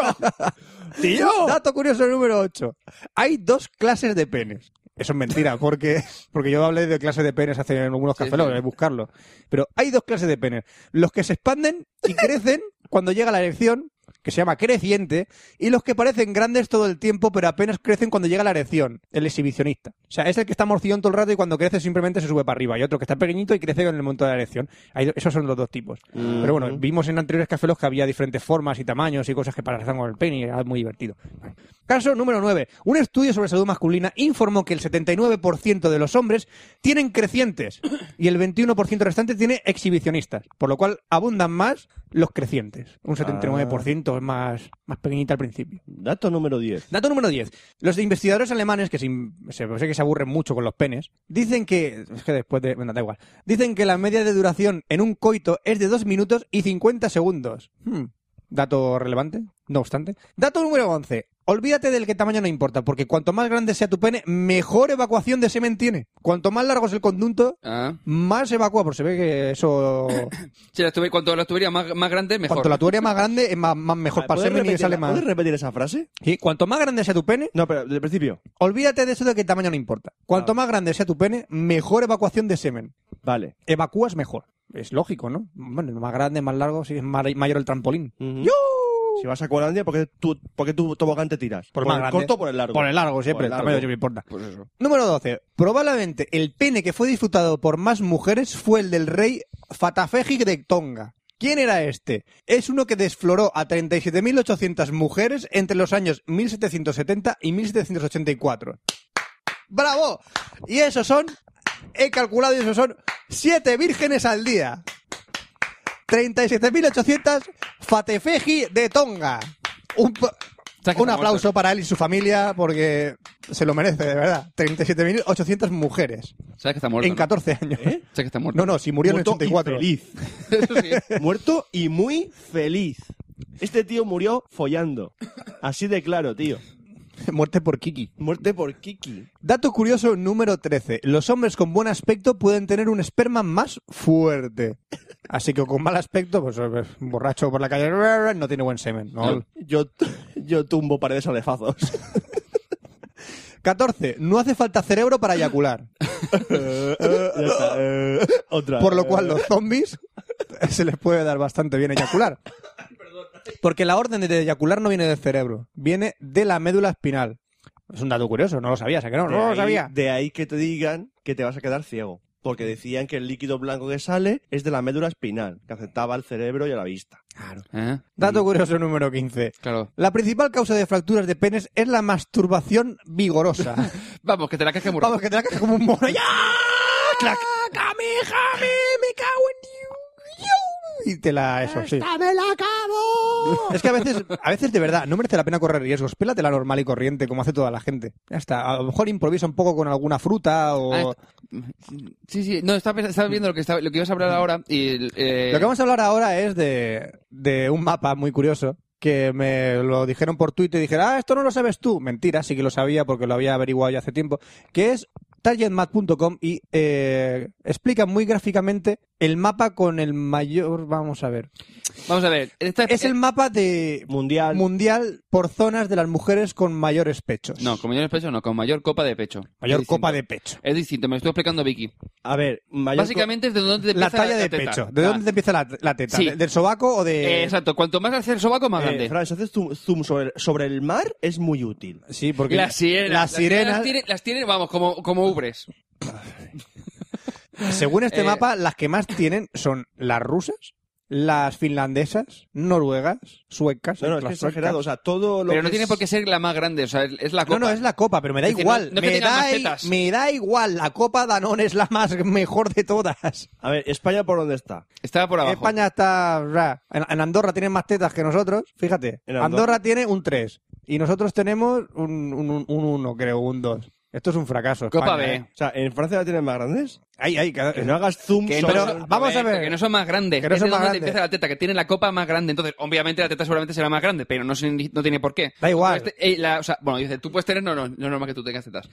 [SPEAKER 2] tío.
[SPEAKER 3] Dato curioso número 8. Hay dos clases de penes. Eso es mentira, porque, porque yo hablé de clases de penes hace algunos
[SPEAKER 4] Sí,
[SPEAKER 3] cafelos,
[SPEAKER 4] sí.
[SPEAKER 3] hay que buscarlo. Pero hay dos clases de penes. Los que se expanden y crecen cuando llega la erección, que se llama creciente, y los que parecen grandes todo el tiempo, pero apenas crecen cuando llega la erección, el exhibicionista. O sea, es el que está morcillón todo el rato y cuando crece simplemente se sube para arriba. Y otro que está pequeñito y crece en el momento de la erección. Hay- esos son los dos tipos. Pero bueno, vimos en anteriores café Lock que había diferentes formas y tamaños y cosas que pasaban con el pene y era muy divertido. Caso número 9. Un estudio sobre salud masculina informó que el 79% de los hombres tienen crecientes y el 21% restante tiene exhibicionistas, por lo cual abundan más los crecientes. Un 79% es más, más pequeñita al principio.
[SPEAKER 2] Dato número 10.
[SPEAKER 3] Dato número 10. Los investigadores alemanes, que se, se- sé que se aburren mucho con los penes, dicen que... Es que después de... Bueno, da igual. Dicen que la media de duración en un coito es de 2 minutos y 50 segundos. Hmm. Dato relevante, no obstante. Dato número 11. Olvídate del que tamaño no importa, porque cuanto más grande sea tu pene, mejor evacuación de semen tiene. Cuanto más largo es el conducto,
[SPEAKER 4] Ah.
[SPEAKER 3] más evacua, porque se ve que eso...
[SPEAKER 4] Sí, la tuve- cuanto la tubería más, más grande, mejor.
[SPEAKER 3] Cuanto la tubería más grande, es más, más mejor para el
[SPEAKER 2] ¿Puedes
[SPEAKER 3] semen y
[SPEAKER 2] repetir-
[SPEAKER 3] sale más...
[SPEAKER 2] ¿Puedes repetir esa frase?
[SPEAKER 3] Sí, cuanto más grande sea tu pene,
[SPEAKER 2] No, pero del principio.
[SPEAKER 3] Olvídate de eso de que el tamaño no importa. Cuanto más grande sea tu pene, mejor evacuación de semen.
[SPEAKER 2] Vale.
[SPEAKER 3] Evacúas mejor. Es lógico, ¿no? Bueno, más grande, más largo, si es ma- mayor el trampolín.
[SPEAKER 2] Si vas a Colandia, ¿por qué tu, por qué tu tobogán te tiras?
[SPEAKER 3] Por,
[SPEAKER 2] ¿Por,
[SPEAKER 3] más
[SPEAKER 2] el
[SPEAKER 3] grande.
[SPEAKER 2] corto o por el largo?
[SPEAKER 3] Por el largo,
[SPEAKER 2] Por el
[SPEAKER 3] siempre. el
[SPEAKER 2] largo.
[SPEAKER 3] tamaño siempre importa.
[SPEAKER 4] Pues eso.
[SPEAKER 3] Número 12. Probablemente el pene que fue disfrutado por más mujeres fue el del rey Fatafeji de Tonga. ¿Quién era este? Es uno que desfloró a 37.800 mujeres entre los años 1770 y 1784. ¡Bravo! Y esos son, he calculado, y esos son siete vírgenes al día. 37.800 Fatefeji de Tonga. Un, pa-
[SPEAKER 4] Saque
[SPEAKER 3] un
[SPEAKER 4] esa
[SPEAKER 3] aplauso para él y su familia porque se lo merece, de verdad. 37.800 mujeres
[SPEAKER 4] Sabes que está muerto.
[SPEAKER 3] en
[SPEAKER 4] ¿no?
[SPEAKER 3] 14 años.
[SPEAKER 4] Sabes que está muerto.
[SPEAKER 3] No, no, si murió en el
[SPEAKER 2] Muerto y
[SPEAKER 3] 84.
[SPEAKER 2] feliz.
[SPEAKER 4] Eso sí.
[SPEAKER 2] Muerto y muy feliz. Este tío murió follando. Así de claro, tío.
[SPEAKER 3] Muerte por Kiki.
[SPEAKER 2] Muerte por Kiki.
[SPEAKER 3] Dato curioso número 13. Los hombres con buen aspecto pueden tener un esperma más fuerte. Así que con mal aspecto, pues eh, borracho por la calle, no tiene buen semen. ¿no?
[SPEAKER 4] No.
[SPEAKER 2] Yo, yo tumbo paredes alefazos.
[SPEAKER 3] 14. No hace falta cerebro para eyacular.
[SPEAKER 2] Ya está. Eh, otra.
[SPEAKER 3] Por lo cual los zombies se les puede dar bastante bien eyacular. Porque la orden de eyacular no viene del cerebro, viene de la médula espinal. Es un dato curioso, no lo sabías, ¿a que no?
[SPEAKER 2] De
[SPEAKER 3] No lo
[SPEAKER 2] ahí-
[SPEAKER 3] sabía.
[SPEAKER 2] De ahí que te digan que te vas a quedar ciego. Porque decían que el líquido blanco que sale es de la médula espinal, que afectaba al cerebro y a la vista.
[SPEAKER 4] ¿Eh?
[SPEAKER 3] Dato curioso número 15.
[SPEAKER 4] Claro.
[SPEAKER 3] La principal causa de fracturas de penes es la masturbación vigorosa.
[SPEAKER 4] Vamos, que te la caes que muerto.
[SPEAKER 3] Vamos, que te la cagas como un mono. ¡Ya! ¡Clac! ¡Cami, jami! ¡Me cago en you! Y te la... Eso, sí.
[SPEAKER 2] ¡Me la acabo!
[SPEAKER 3] Es que a veces, a veces de verdad, no merece la pena correr riesgos. Pélatela normal y corriente, como hace toda la gente. Ya está. A lo mejor improvisa un poco con alguna fruta o.
[SPEAKER 4] Ah, está- Sí, sí. No, estaba, pens- estaba viendo lo que, estaba, lo que ibas a hablar ahora y... el, Eh...
[SPEAKER 3] Lo que vamos a hablar ahora es de, de un mapa muy curioso que me lo dijeron por Twitter y dijeron, ah, esto no lo sabes tú. Mentira, sí que lo sabía porque lo había averiguado ya hace tiempo. Que es targetmap.com y eh, explica muy gráficamente el mapa con el mayor. Vamos a ver.
[SPEAKER 4] Vamos a ver. Esta
[SPEAKER 3] Es el mapa de
[SPEAKER 2] Mundial.
[SPEAKER 3] mundial por zonas de las mujeres con mayores pechos.
[SPEAKER 4] eh, No, con mayor pecho no, con mayor copa de pecho.
[SPEAKER 3] Mayor
[SPEAKER 4] Es
[SPEAKER 3] copa
[SPEAKER 4] distinto.
[SPEAKER 3] de pecho.
[SPEAKER 4] Es distinto, me lo estuvo explicando Vicky.
[SPEAKER 2] a ver, mayor
[SPEAKER 4] Básicamente es de donde te
[SPEAKER 3] La
[SPEAKER 4] empieza
[SPEAKER 3] talla de
[SPEAKER 4] teta.
[SPEAKER 3] pecho. ¿De
[SPEAKER 4] Ah,
[SPEAKER 3] dónde te empieza la, la teta?
[SPEAKER 4] Sí.
[SPEAKER 3] ¿De- ¿Del sobaco o de...?
[SPEAKER 4] eh, exacto, cuanto más hace el sobaco, más
[SPEAKER 2] Eh,
[SPEAKER 4] grande.
[SPEAKER 2] Fran, si haces zoom, zoom sobre, sobre el mar, es muy útil.
[SPEAKER 3] Sí, porque...
[SPEAKER 4] las sirenas.
[SPEAKER 3] las sirenas,
[SPEAKER 4] Las tienen, las tienen, vamos, como, como ubres.
[SPEAKER 3] según este
[SPEAKER 4] Eh,
[SPEAKER 3] mapa, las que más tienen son las rusas, las finlandesas, noruegas, suecas...
[SPEAKER 2] No, no, es que
[SPEAKER 3] las
[SPEAKER 2] es exagerado. O
[SPEAKER 3] suecas.
[SPEAKER 2] sea, todo lo
[SPEAKER 4] Pero
[SPEAKER 2] que
[SPEAKER 4] no tiene
[SPEAKER 2] es-
[SPEAKER 4] por qué ser la más grande, o sea, es es la copa.
[SPEAKER 3] No, no, es la copa, pero me da
[SPEAKER 4] Es decir,
[SPEAKER 3] igual.
[SPEAKER 4] no- no es que
[SPEAKER 3] me,
[SPEAKER 4] tengan más
[SPEAKER 3] da i-
[SPEAKER 4] tetas.
[SPEAKER 3] me da igual. La copa Danone es la más mejor de todas.
[SPEAKER 2] A ver, ¿España por dónde está?
[SPEAKER 4] Estaba
[SPEAKER 3] Eh,
[SPEAKER 4] por abajo.
[SPEAKER 3] España está... ra. En, en Andorra tienen más tetas que nosotros. Fíjate.
[SPEAKER 2] En
[SPEAKER 3] Andorra.
[SPEAKER 2] Andorra.
[SPEAKER 3] tiene un 3. Y nosotros tenemos un 1, creo, un 2. Esto es un fracaso.
[SPEAKER 4] Copa
[SPEAKER 3] España,
[SPEAKER 4] B.
[SPEAKER 3] ¿eh?
[SPEAKER 2] O sea, ¿en Francia la tienen más grandes?
[SPEAKER 3] Ay, ay, cada-
[SPEAKER 2] Que no hagas zoom
[SPEAKER 4] Que no
[SPEAKER 2] sobre...
[SPEAKER 3] Pero-
[SPEAKER 4] son-
[SPEAKER 3] vamos a ver.
[SPEAKER 4] Que no son más grandes.
[SPEAKER 3] Que no
[SPEAKER 4] es
[SPEAKER 3] son
[SPEAKER 4] de
[SPEAKER 3] más
[SPEAKER 4] donde
[SPEAKER 3] grandes.
[SPEAKER 4] empieza la teta, que tiene la copa más grande. Entonces, obviamente, la teta seguramente será más grande, pero no, sin- no tiene por qué.
[SPEAKER 3] Da igual.
[SPEAKER 4] Tú puedes te- eh, la- o sea, bueno, dice, tú puedes tener... No, no, no es normal que tú tengas tetas.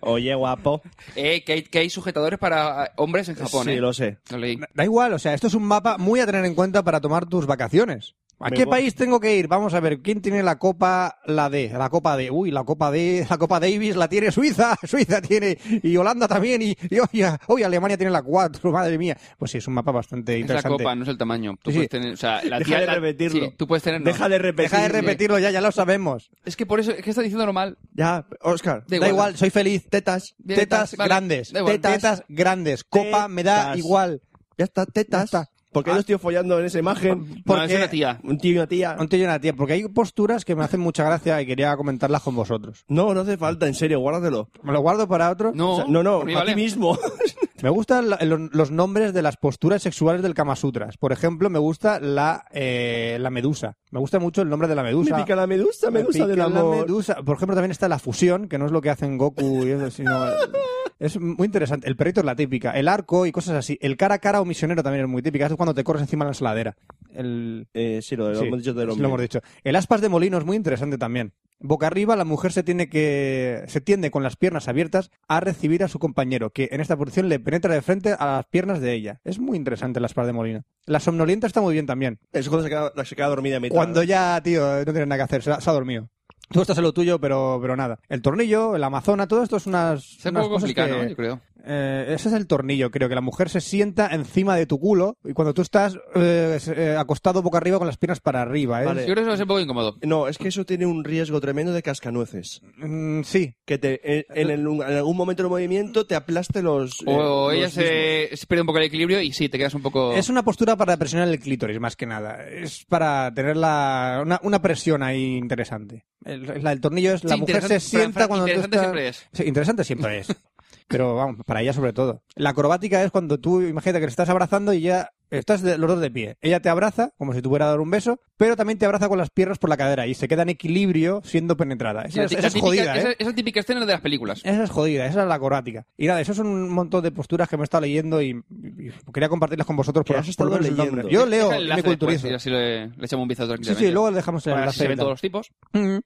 [SPEAKER 2] Oye, guapo.
[SPEAKER 4] Eh, que, hay, que hay sujetadores para eh, hombres en Japón,
[SPEAKER 2] sí,
[SPEAKER 4] eh.
[SPEAKER 2] lo sé.
[SPEAKER 4] Lo leí.
[SPEAKER 3] Da igual, o sea, esto es un mapa muy a tener en cuenta para tomar tus vacaciones. ¿A
[SPEAKER 2] Me
[SPEAKER 3] qué
[SPEAKER 2] voy.
[SPEAKER 3] país tengo que ir? Vamos a ver, ¿quién tiene la copa, la D? La copa D, uy, la copa D, la copa Davis la tiene Suiza, Suiza tiene, y Holanda también, y, y hoy, hoy Alemania tiene la 4, madre mía. Pues sí, es un mapa bastante
[SPEAKER 4] Es la
[SPEAKER 3] interesante.
[SPEAKER 4] copa, no es el tamaño. Tú
[SPEAKER 3] Sí, sí.
[SPEAKER 4] puedes tener, o sea, la
[SPEAKER 2] Deja
[SPEAKER 4] tía-
[SPEAKER 2] de
[SPEAKER 4] la-
[SPEAKER 2] repetirlo.
[SPEAKER 4] sí, tú puedes tener. no.
[SPEAKER 2] Deja de repetir.
[SPEAKER 3] Deja de
[SPEAKER 4] Sí, sí.
[SPEAKER 3] repetirlo ya, ya lo sabemos.
[SPEAKER 4] Es que por eso, es que está diciendo normal.
[SPEAKER 3] Ya, Oscar, da
[SPEAKER 4] Da
[SPEAKER 3] igual,
[SPEAKER 4] igual.
[SPEAKER 3] soy feliz, tetas,
[SPEAKER 4] Bien,
[SPEAKER 3] tetas
[SPEAKER 4] tetas, vale,
[SPEAKER 3] grandes,
[SPEAKER 4] da igual.
[SPEAKER 3] tetas, tetas grandes, copa me da
[SPEAKER 2] Tetas.
[SPEAKER 3] igual.
[SPEAKER 2] Ya está, tetas.
[SPEAKER 3] Ya está.
[SPEAKER 2] ¿Por qué no estoy follando en esa imagen?
[SPEAKER 4] Bueno,
[SPEAKER 3] Porque-
[SPEAKER 4] es una tía.
[SPEAKER 2] Un tío y una tía.
[SPEAKER 3] No te llena, tía, porque hay posturas que me hacen mucha gracia y quería comentarlas con vosotros.
[SPEAKER 2] No, no hace falta, en serio, guárdatelo.
[SPEAKER 3] ¿Me lo guardo para otro?
[SPEAKER 4] No,
[SPEAKER 2] O sea, no, no,
[SPEAKER 4] por mí
[SPEAKER 2] a
[SPEAKER 4] vale.
[SPEAKER 2] ti mismo.
[SPEAKER 3] Me gustan la- lo- los nombres de las posturas sexuales del Kama Sutras. Por ejemplo, me gusta la, eh, la medusa. Me gusta mucho el nombre de la
[SPEAKER 2] me
[SPEAKER 3] medusa.
[SPEAKER 2] pica la medusa,
[SPEAKER 3] Me
[SPEAKER 2] medusa
[SPEAKER 3] pica
[SPEAKER 2] del
[SPEAKER 3] la
[SPEAKER 2] amor.
[SPEAKER 3] medusa. Por ejemplo, también está la fusión, que no es lo que hacen Goku y eso, sino... Es muy interesante. El perrito es la típica. El arco y cosas así. El cara a cara o misionero también es muy típica. Eso es cuando te corres encima de la ensaladera. El,
[SPEAKER 2] Eh, sí, lo, lo
[SPEAKER 3] Sí,
[SPEAKER 2] hemos dicho del
[SPEAKER 3] sí,
[SPEAKER 2] hombre.
[SPEAKER 3] lo hemos dicho. El aspas de molino es muy interesante también. Boca arriba, la mujer se tiene que se tiende con las piernas abiertas a recibir a su compañero, que en esta posición le penetra de frente a las piernas de ella. Es muy interesante el aspas de molino. La somnolienta está muy bien también.
[SPEAKER 2] Es cuando se queda, la- se queda dormida a mitad.
[SPEAKER 3] Cuando ya, tío, no tienes nada que hacer, se ha, se ha dormido. Tú estás en lo tuyo, pero, pero nada. El tornillo, el amazona, todo esto es unas,
[SPEAKER 4] Es un
[SPEAKER 3] unas
[SPEAKER 4] poco
[SPEAKER 3] cosas
[SPEAKER 4] complicado,
[SPEAKER 3] que-
[SPEAKER 4] ¿no? yo creo.
[SPEAKER 3] eh, ese es el tornillo, creo que la mujer se sienta encima de tu culo y cuando tú estás eh, eh, acostado boca arriba con las piernas para arriba. ¿eh?
[SPEAKER 2] Vale.
[SPEAKER 4] Yo creo que eso va a ser un poco incómodo.
[SPEAKER 2] No, es que eso tiene un riesgo tremendo de cascanueces.
[SPEAKER 3] Mm, sí,
[SPEAKER 2] Que te, en, en el- en algún momento del movimiento te aplaste los. eh,
[SPEAKER 4] O
[SPEAKER 2] los
[SPEAKER 4] ella
[SPEAKER 2] mismos.
[SPEAKER 4] se, se pierde un poco el equilibrio y sí, te quedas un poco.
[SPEAKER 3] Es una postura para presionar el clítoris, más que nada. Es para tener la, una, una presión ahí interesante. El, la del tornillo es la
[SPEAKER 4] Sí,
[SPEAKER 3] mujer se
[SPEAKER 4] interesante-
[SPEAKER 3] sienta
[SPEAKER 4] Fran, Fran,
[SPEAKER 3] cuando tú
[SPEAKER 4] interesante
[SPEAKER 3] estás-
[SPEAKER 4] siempre es.
[SPEAKER 3] Sí, interesante siempre es. Pero vamos, para ella sobre todo. La acrobática es cuando tú, imagínate que le estás abrazando y ya estás de- los dos de pie. Ella te abraza, como si te hubiera dado un beso, pero también te abraza con las piernas por la cadera y se queda en equilibrio siendo penetrada. Esa,
[SPEAKER 4] La
[SPEAKER 3] es-
[SPEAKER 4] tí-
[SPEAKER 3] esa
[SPEAKER 4] la
[SPEAKER 3] es
[SPEAKER 4] típica-
[SPEAKER 3] jodida, ¿eh?
[SPEAKER 4] esa- esa típica escena de las películas.
[SPEAKER 3] Esa es jodida, esa es la acrobática. Y nada, eso son un montón de posturas que me he estado leyendo y, y- y quería compartirlas con vosotros por,
[SPEAKER 2] Que has
[SPEAKER 3] por
[SPEAKER 2] estado
[SPEAKER 3] lo menos el
[SPEAKER 2] leyendo.
[SPEAKER 3] nombre. Yo leo
[SPEAKER 4] Deja el
[SPEAKER 3] y
[SPEAKER 4] enlace
[SPEAKER 3] me culturizo.
[SPEAKER 4] después y así le, le echamos un vistazo
[SPEAKER 3] Sí,
[SPEAKER 4] tranquilamente.
[SPEAKER 3] sí, luego dejamos el
[SPEAKER 4] Para ver si
[SPEAKER 3] enlace.
[SPEAKER 4] se
[SPEAKER 3] y
[SPEAKER 4] ven
[SPEAKER 3] tal.
[SPEAKER 4] todos los tipos.
[SPEAKER 3] Mm.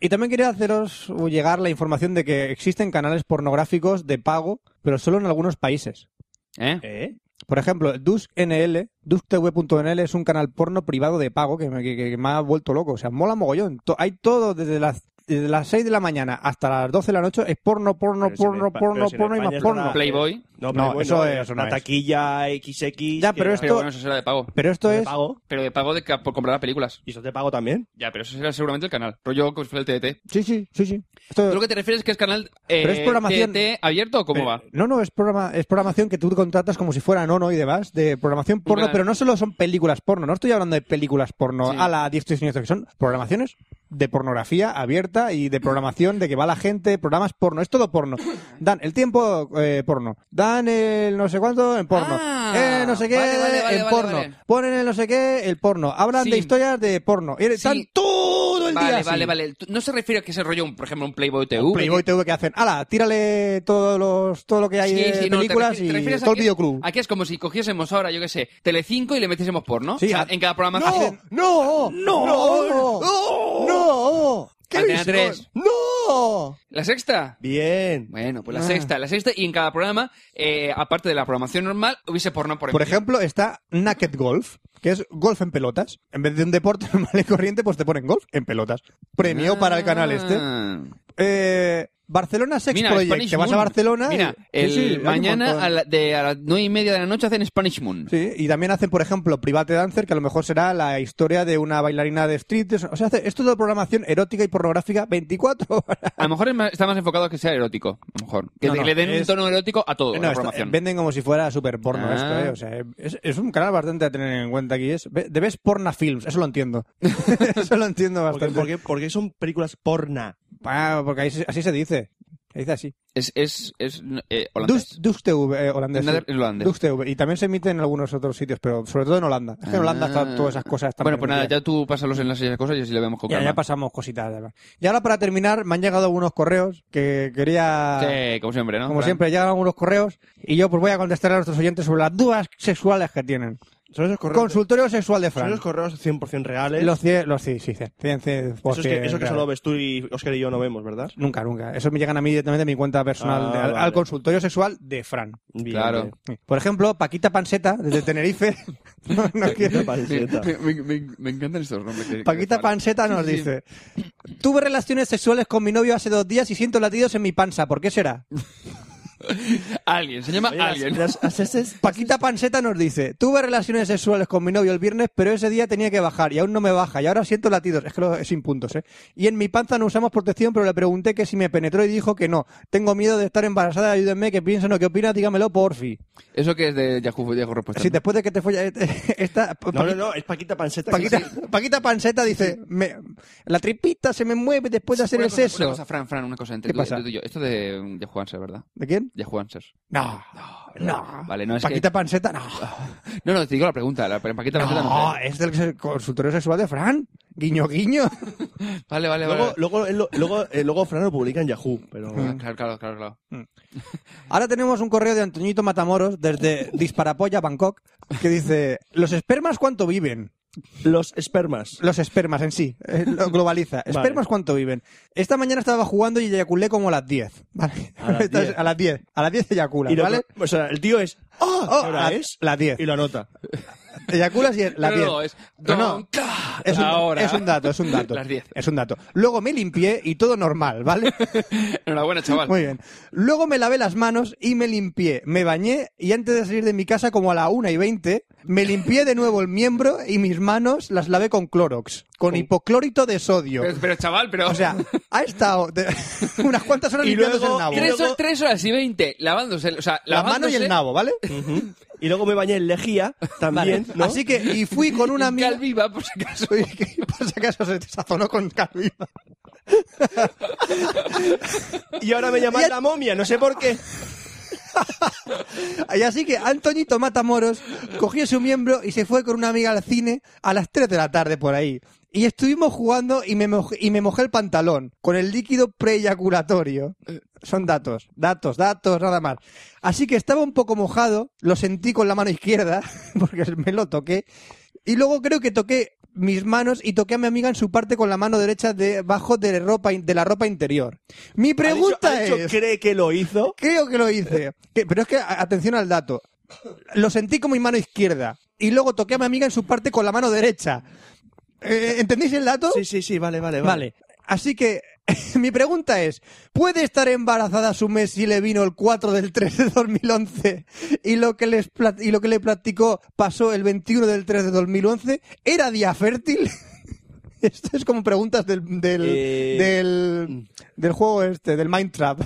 [SPEAKER 3] Y también quería haceros o llegar la información de que existen canales pornográficos de pago, pero solo en algunos países.
[SPEAKER 4] ¿Eh?
[SPEAKER 2] ¿Eh?
[SPEAKER 3] Por ejemplo, DuskNL, DuskTV.nl es un canal porno privado de pago que me, que- que me ha vuelto loco. O sea, mola mogollón. To- hay todo desde las, desde las 6 de la mañana hasta las 12 de la noche. Es porno, porno,
[SPEAKER 2] Pero si en
[SPEAKER 3] porno,
[SPEAKER 2] Espa-
[SPEAKER 3] porno,
[SPEAKER 2] pero si en
[SPEAKER 3] porno y
[SPEAKER 2] España
[SPEAKER 3] más
[SPEAKER 2] es
[SPEAKER 3] porno.
[SPEAKER 2] una-
[SPEAKER 3] eh,
[SPEAKER 4] Playboy.
[SPEAKER 2] No,
[SPEAKER 3] No,
[SPEAKER 2] pero
[SPEAKER 3] eso
[SPEAKER 2] bueno,
[SPEAKER 3] es- eso no
[SPEAKER 2] La
[SPEAKER 3] es.
[SPEAKER 2] taquilla XX.
[SPEAKER 3] Ya,
[SPEAKER 2] que
[SPEAKER 3] pero
[SPEAKER 2] era-
[SPEAKER 3] esto-
[SPEAKER 4] Pero bueno, eso será de pago.
[SPEAKER 3] Pero esto
[SPEAKER 2] ¿De
[SPEAKER 3] es...
[SPEAKER 2] pago?
[SPEAKER 4] Pero de pago de ca- por comprar la películas.
[SPEAKER 2] ¿Y eso te pago también?
[SPEAKER 4] Ya, pero eso será seguramente el canal. Rollo como si fuera el TDT.
[SPEAKER 3] Sí, sí, sí, sí. Esto-
[SPEAKER 4] ¿Tú lo que te refieres es que es canal eh,
[SPEAKER 3] Pero es programación.
[SPEAKER 4] TDT abierto o cómo
[SPEAKER 3] Pero-
[SPEAKER 4] va?
[SPEAKER 3] eh, No, no, es, programa, es programación que tú contratas como si fuera nono y demás, de programación porno,
[SPEAKER 4] Claro.
[SPEAKER 3] pero no solo son películas porno, no estoy hablando de películas porno
[SPEAKER 4] Sí.
[SPEAKER 3] a la diestra y siniestra, que son programaciones de pornografía abierta y de programación de que va la gente, programas porno, es todo porno. Dan el tiempo eh, porno, dan el no sé cuánto en porno,
[SPEAKER 4] Ah,
[SPEAKER 3] el no sé qué
[SPEAKER 4] vale, vale, vale,
[SPEAKER 3] en
[SPEAKER 4] vale,
[SPEAKER 3] porno,
[SPEAKER 4] vale.
[SPEAKER 3] ponen el no sé qué el porno, hablan
[SPEAKER 4] Sí.
[SPEAKER 3] de historias de porno, y están todo el
[SPEAKER 4] vale,
[SPEAKER 3] día así.
[SPEAKER 4] Vale, vale, Tú- No se refiere a que ese rollo, un- por ejemplo, un Playboy TV.
[SPEAKER 3] Playboy TV que hacen, ala, tírale todos los, todo lo que hay
[SPEAKER 4] Sí,
[SPEAKER 3] de
[SPEAKER 4] sí, no, te
[SPEAKER 3] películas
[SPEAKER 4] refieres- te
[SPEAKER 3] y
[SPEAKER 4] refieres a
[SPEAKER 3] todo el
[SPEAKER 4] que-
[SPEAKER 3] videoclub.
[SPEAKER 4] Aquí es como si cogiésemos ahora, yo qué sé, Telecinco y le metiésemos porno.
[SPEAKER 3] Sí,
[SPEAKER 4] O sea,
[SPEAKER 3] a-
[SPEAKER 4] en cada programa
[SPEAKER 3] ¡No!
[SPEAKER 4] hacen-
[SPEAKER 2] ¡No!
[SPEAKER 3] ¡No!
[SPEAKER 2] ¡No! ¡No! ¿Qué
[SPEAKER 4] Antena
[SPEAKER 2] visión?
[SPEAKER 4] 3.
[SPEAKER 2] ¡No!
[SPEAKER 4] ¿La sexta?
[SPEAKER 2] Bien.
[SPEAKER 4] Bueno, pues la
[SPEAKER 3] Ah.
[SPEAKER 4] sexta, la sexta, y en cada programa, eh, aparte de la programación normal, hubiese porno por,
[SPEAKER 3] Por
[SPEAKER 4] ejemplo.
[SPEAKER 3] ejemplo, está Naked Golf, que es golf en pelotas. En vez de un deporte normal y corriente, pues te ponen golf en pelotas. Premio para el canal este. Eh, Barcelona Sex
[SPEAKER 4] Ah. Mira,
[SPEAKER 3] Project.
[SPEAKER 4] Spanish
[SPEAKER 3] Te vas a
[SPEAKER 4] Moon.
[SPEAKER 3] Barcelona.
[SPEAKER 4] Mira,
[SPEAKER 3] y, Sí,
[SPEAKER 4] el
[SPEAKER 3] sí, hay un
[SPEAKER 4] mañana
[SPEAKER 3] montón.
[SPEAKER 4] a, la- de, a las nueve y media de la noche hacen Spanish Moon.
[SPEAKER 3] Sí, y también hacen, por ejemplo, Private Dancer, que a lo mejor será la historia de una bailarina de street. O sea, hace- es todo programación erótica y pornográfica 24 horas.
[SPEAKER 4] A lo mejor es más- está más enfocado a que sea erótico. A lo mejor. Que
[SPEAKER 3] No,
[SPEAKER 4] te-
[SPEAKER 3] no,
[SPEAKER 4] le den
[SPEAKER 3] es-
[SPEAKER 4] un tono erótico a todo.
[SPEAKER 3] No, eh,
[SPEAKER 4] la
[SPEAKER 3] esto-
[SPEAKER 4] programación.
[SPEAKER 3] venden como si fuera super porno
[SPEAKER 4] Ah.
[SPEAKER 3] esto, ¿eh? O sea, es, es un canal bastante a tener en cuenta aquí. Es, ve- de ves porna films, eso lo entiendo. eso lo entiendo
[SPEAKER 2] Porque,
[SPEAKER 3] bastante.
[SPEAKER 2] porque, porque son películas porna.
[SPEAKER 3] Ah, porque ahí se- así se dice. Se dice así.
[SPEAKER 4] Es, es, es eh, holandés.
[SPEAKER 3] Dux- Dux TV, eh, holandés.
[SPEAKER 4] Nader-
[SPEAKER 3] sí.
[SPEAKER 4] es holandés.
[SPEAKER 3] Dux TV. Y también se emite en algunos otros sitios, pero sobre todo en Holanda. Es que en Holanda
[SPEAKER 4] Ah.
[SPEAKER 3] están todas esas cosas. están
[SPEAKER 4] Bueno, pues nada,
[SPEAKER 3] permitidas.
[SPEAKER 4] ya tú pasas los enlaces y esas cosas y así le vemos con
[SPEAKER 3] Ya,
[SPEAKER 4] calma.
[SPEAKER 3] ya pasamos cositas. además. Y ahora para terminar, me han llegado algunos correos que quería...
[SPEAKER 4] Sí, como siempre, ¿no?
[SPEAKER 3] Como
[SPEAKER 4] Fran?
[SPEAKER 3] siempre, llegan algunos correos y yo pues voy a contestar a nuestros oyentes sobre las dudas sexuales que tienen.
[SPEAKER 2] Son esos correos.
[SPEAKER 3] Consultorio sexual de
[SPEAKER 2] son
[SPEAKER 3] Fran.
[SPEAKER 2] esos correos 100% reales.
[SPEAKER 3] Los, cien- los sí, sí, cien- cien- cien por
[SPEAKER 2] eso, es que,
[SPEAKER 3] cien
[SPEAKER 2] eso que
[SPEAKER 3] reales.
[SPEAKER 2] solo ves tú y Oscar y yo no vemos, ¿verdad?
[SPEAKER 3] Nunca, nunca. Eso me llegan a mí directamente de mi cuenta personal,
[SPEAKER 2] Ah,
[SPEAKER 3] de- al,
[SPEAKER 2] vale.
[SPEAKER 3] al consultorio sexual de Fran.
[SPEAKER 2] Bien,
[SPEAKER 4] Claro.
[SPEAKER 2] bien.
[SPEAKER 3] Por ejemplo, Paquita Panseta, desde Tenerife. no, no quiero-
[SPEAKER 2] Panceta.
[SPEAKER 4] Me, me- me encantan estos nombres. que- que
[SPEAKER 3] Paquita
[SPEAKER 4] ponen.
[SPEAKER 3] Panseta nos
[SPEAKER 4] Sí, sí.
[SPEAKER 3] dice: Tuve relaciones sexuales con mi novio hace dos días y siento latidos en mi panza. ¿Por qué será?
[SPEAKER 4] Alguien, se llama
[SPEAKER 2] Oye, las-
[SPEAKER 4] alguien.
[SPEAKER 2] las- las heces-
[SPEAKER 3] Paquita Panseta nos dice: Tuve relaciones sexuales con mi novio el viernes, pero ese día tenía que bajar y aún no me baja y ahora siento latidos. Es que lo- es sin puntos, ¿eh? Y en mi panza no usamos protección, pero le pregunté que si me penetró y dijo que no. Tengo miedo de estar embarazada, ayúdenme, que piensan o qué opinas, dígamelo porfi.
[SPEAKER 4] Eso que es de Yahoo, Yahoo Respuesta.
[SPEAKER 3] Si después de que te follas esta
[SPEAKER 2] No, no, no, es Paquita Panceta.
[SPEAKER 3] Paquita,
[SPEAKER 2] que sí.
[SPEAKER 3] Paquita Panseta dice, "Me- la tripita se me mueve después de hacer
[SPEAKER 4] Una
[SPEAKER 3] el
[SPEAKER 4] cosa, Una
[SPEAKER 3] sexo.
[SPEAKER 4] cosa, Fran, Fran, una cosa entre
[SPEAKER 3] ¿Qué
[SPEAKER 4] tú,
[SPEAKER 3] pasa?
[SPEAKER 4] entre tú y yo. Esto de Yahoo Answers, ¿verdad?
[SPEAKER 3] ¿De quién?
[SPEAKER 4] Yahoo Answers.
[SPEAKER 3] No, no.
[SPEAKER 4] Vale, no, es
[SPEAKER 3] Paquita Panseta, no.
[SPEAKER 4] No, no, te digo la pregunta. La, Paquita
[SPEAKER 3] No,
[SPEAKER 4] Panceta no sé.
[SPEAKER 3] es del consultorio sexual de Fran. Guiño, guiño.
[SPEAKER 4] Vale, vale,
[SPEAKER 2] Luego,
[SPEAKER 4] vale.
[SPEAKER 2] luego, él lo- luego, eh, luego Fran lo publica en Yahoo, pero...
[SPEAKER 4] Ah, Claro, claro, claro, claro.
[SPEAKER 3] Ahora tenemos un correo de Antoñito Matamoros desde Disparapolla, Bangkok, que dice, ¿los espermas cuánto viven?
[SPEAKER 2] Los espermas.
[SPEAKER 3] Los espermas en sí, eh, lo globaliza. ¿Espermas cuánto viven? Esta mañana estaba jugando y eyaculé como a las 10. ¿vale?
[SPEAKER 2] A las
[SPEAKER 3] Estás-
[SPEAKER 2] 10.
[SPEAKER 3] a las 10. A las 10 eyaculas,
[SPEAKER 2] Y lo-
[SPEAKER 3] ¿vale?
[SPEAKER 2] O sea, el tío es... ¡Ah!
[SPEAKER 3] Oh,
[SPEAKER 2] ahora
[SPEAKER 3] a-
[SPEAKER 2] es...
[SPEAKER 3] Las 10.
[SPEAKER 2] Y lo anota.
[SPEAKER 3] Eyaculas y es las
[SPEAKER 4] No,
[SPEAKER 3] 10.
[SPEAKER 4] no, no, es.
[SPEAKER 3] No, no.
[SPEAKER 4] Don't ca-
[SPEAKER 3] Es un,
[SPEAKER 4] Ahora.
[SPEAKER 3] es un dato, es un dato.
[SPEAKER 4] Las 10.
[SPEAKER 3] Es un dato. Luego me limpié y todo normal, ¿vale?
[SPEAKER 4] Enhorabuena, chaval.
[SPEAKER 3] Muy bien. Luego me lavé las manos y me limpié. Me bañé y antes de salir de mi casa, como a la 1 y 20, me limpié de nuevo el miembro y mis manos las lavé con Clorox, con hipoclorito de sodio.
[SPEAKER 4] Pero, pero, chaval, pero.
[SPEAKER 3] O sea, ha estado de- unas cuantas horas
[SPEAKER 2] Y
[SPEAKER 3] limpiándose
[SPEAKER 2] luego-
[SPEAKER 3] el nabo.
[SPEAKER 2] y
[SPEAKER 4] Tres,
[SPEAKER 2] luego-
[SPEAKER 4] tres horas y veinte lavándose, el- o sea,
[SPEAKER 3] La mano y
[SPEAKER 4] lavándose
[SPEAKER 3] el nabo, ¿vale?
[SPEAKER 2] Y luego me bañé en lejía también, ¿no?
[SPEAKER 3] Así que, y fui con una amiga...
[SPEAKER 4] Cal viva, por si acaso.
[SPEAKER 3] Oye, ¿qué pasa que eso se te sazonó con calviva?
[SPEAKER 2] Y ahora me llaman
[SPEAKER 3] Ya-
[SPEAKER 2] la momia, no sé por qué.
[SPEAKER 3] Y así que Antoñito Matamoros cogió su miembro y se fue con una amiga al cine a las 3 de la tarde por ahí. Y estuvimos jugando y me, mojé, y me mojé el pantalón con el líquido preyaculatorio. Son datos, datos, datos, nada más. Así que estaba un poco mojado, lo sentí con la mano izquierda, porque me lo toqué. Y luego creo que toqué mis manos y toqué a mi amiga en su parte con la mano derecha debajo de, ropa, in- de la ropa interior. Mi pregunta
[SPEAKER 2] Ha dicho- ha
[SPEAKER 3] es...
[SPEAKER 2] dicho, cree que lo hizo.
[SPEAKER 3] Creo que lo hice. Que- pero es que, a- atención al dato. Lo sentí con mi mano izquierda. Y luego toqué a mi amiga en su parte con la mano derecha. Eh, ¿Entendéis el dato?
[SPEAKER 2] Sí, sí, sí, vale, vale, vale.
[SPEAKER 3] Vale. Así que mi pregunta es, ¿puede estar embarazada su mes si le vino el 4 del 3 de 2011 y lo que, les plat- y lo que le practicó pasó el 21 del 3 de 2011? ¿Era día fértil? Esto es como preguntas del, del,
[SPEAKER 2] Eh.
[SPEAKER 3] del, del juego este, del Mindtrap.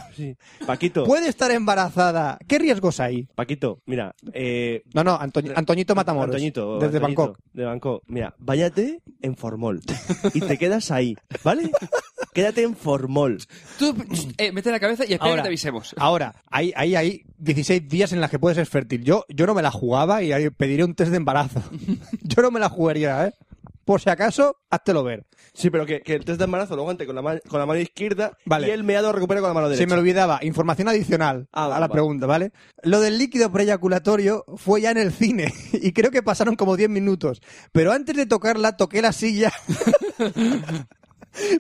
[SPEAKER 2] Paquito,
[SPEAKER 3] ¿Puede estar embarazada? ¿Qué riesgos hay?
[SPEAKER 2] Paquito, mira, eh...
[SPEAKER 3] No, no, Antoñi- Antoñito Matamoros.
[SPEAKER 2] Antoñito,
[SPEAKER 3] desde
[SPEAKER 2] Antoñito,
[SPEAKER 3] Bangkok.
[SPEAKER 2] De Bangkok. Mira, váyate en Formol y te quedas ahí, ¿vale? Quédate en Formol.
[SPEAKER 4] Tú eh, mete la cabeza y espera que te avisemos.
[SPEAKER 3] ahora, hay, hay, hay 16 días en las que puedes ser fértil. Yo, yo no me la jugaba y ahí pediré un test de embarazo. yo no me la jugaría, ¿eh? Por si acaso, háztelo ver.
[SPEAKER 2] Sí, pero que, que el test de embarazo lo aguante con la, ma- con la mano izquierda
[SPEAKER 3] Vale.
[SPEAKER 2] y el meado recupera con la mano derecha.
[SPEAKER 3] Se me olvidaba, información adicional
[SPEAKER 2] Ah,
[SPEAKER 3] a la
[SPEAKER 2] vale, vale.
[SPEAKER 3] pregunta, ¿vale? Lo del líquido preyaculatorio fue ya en el cine y creo que pasaron como 10 minutos. Pero antes de tocarla, toqué la silla,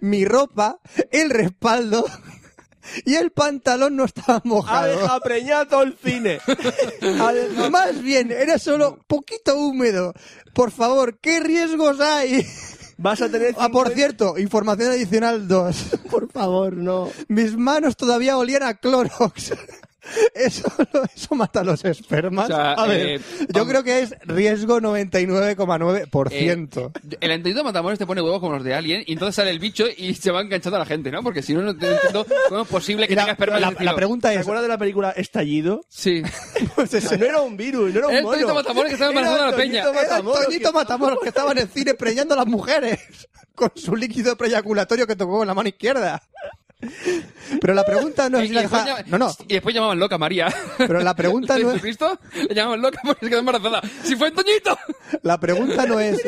[SPEAKER 3] mi ropa, el respaldo y el pantalón no estaba
[SPEAKER 2] Ha
[SPEAKER 3] mojado.
[SPEAKER 2] dejado preñado todo el cine. Ha dejado-
[SPEAKER 3] Más bien, era solo poquito húmedo. Por favor, ¿qué riesgos hay?
[SPEAKER 2] Vas a tener.
[SPEAKER 3] Ah, por
[SPEAKER 2] 50
[SPEAKER 3] cierto, información adicional 2.
[SPEAKER 2] Por favor, no.
[SPEAKER 3] Mis manos todavía olían a Clorox. Eso, eso mata los espermas.
[SPEAKER 4] O sea,
[SPEAKER 3] a ver,
[SPEAKER 4] eh,
[SPEAKER 3] yo
[SPEAKER 4] vamos-
[SPEAKER 3] creo que es riesgo 99,9%.
[SPEAKER 4] Eh, el antenito Matamoros te pone huevos como los de Alien y entonces sale el bicho y se va enganchando a la gente, ¿no? Porque si no, no te entiendo cómo es posible que
[SPEAKER 3] Y la,
[SPEAKER 4] tengas esperma
[SPEAKER 3] la-
[SPEAKER 4] en ese
[SPEAKER 3] la
[SPEAKER 4] estilo.
[SPEAKER 3] pregunta
[SPEAKER 2] ¿Te
[SPEAKER 3] es...
[SPEAKER 2] acuerdas de la película Estallido?
[SPEAKER 4] Sí.
[SPEAKER 3] pues
[SPEAKER 2] O
[SPEAKER 3] eso,
[SPEAKER 2] sea, no era un virus, no era un
[SPEAKER 4] El
[SPEAKER 2] mono.
[SPEAKER 4] Toñito Matamoros que estaba
[SPEAKER 2] Era
[SPEAKER 4] embarazando a la
[SPEAKER 2] Toñito
[SPEAKER 4] peña.
[SPEAKER 2] Matamoros
[SPEAKER 3] Era
[SPEAKER 2] que-
[SPEAKER 3] "Eh, Toñito Matamoros que estaba en el cine preñando a las mujeres con su líquido preyaculatorio que tocó con la mano izquierda. Pero la pregunta no es
[SPEAKER 4] Eh, Y
[SPEAKER 3] si la
[SPEAKER 4] después
[SPEAKER 3] caja...
[SPEAKER 4] llama-
[SPEAKER 3] No, no.
[SPEAKER 4] Y después llamaban loca a María.
[SPEAKER 3] Pero la pregunta
[SPEAKER 4] ¿De
[SPEAKER 3] no es-
[SPEAKER 4] Jesucristo? Le llamaban loca porque se quedó embarazada. ¡Si fue Antoñito!
[SPEAKER 3] La pregunta no es...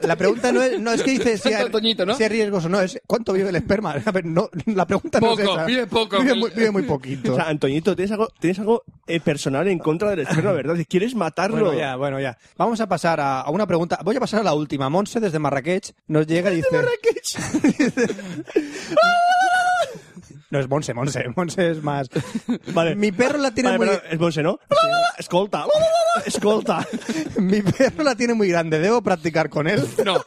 [SPEAKER 3] La pregunta no es... No, es que dice si hay,
[SPEAKER 4] Santo Toñito, ¿no?
[SPEAKER 3] si hay riesgos o no. Es cuánto vive el esperma. A ver, no, la pregunta no es
[SPEAKER 4] Poco,
[SPEAKER 3] esa.
[SPEAKER 4] vive poco.
[SPEAKER 3] Vive muy, vive muy poquito.
[SPEAKER 2] O sea, Antoñito, tienes algo, tienes algo eh, personal en contra del esperma, ¿verdad? ¿Quieres matarlo?
[SPEAKER 3] Bueno, ya, bueno, ya. Vamos a pasar a, a una pregunta. Voy a pasar a la última. Monse desde Marrakech nos llega y dice... No es Monse, Monse. Monse es más...
[SPEAKER 2] Vale.
[SPEAKER 3] Mi perro la tiene
[SPEAKER 2] Vale,
[SPEAKER 3] muy...
[SPEAKER 2] pero es Monse, ¿no? Escolta. Escolta.
[SPEAKER 3] Mi perro la tiene muy grande. ¿Debo practicar con él?
[SPEAKER 4] No.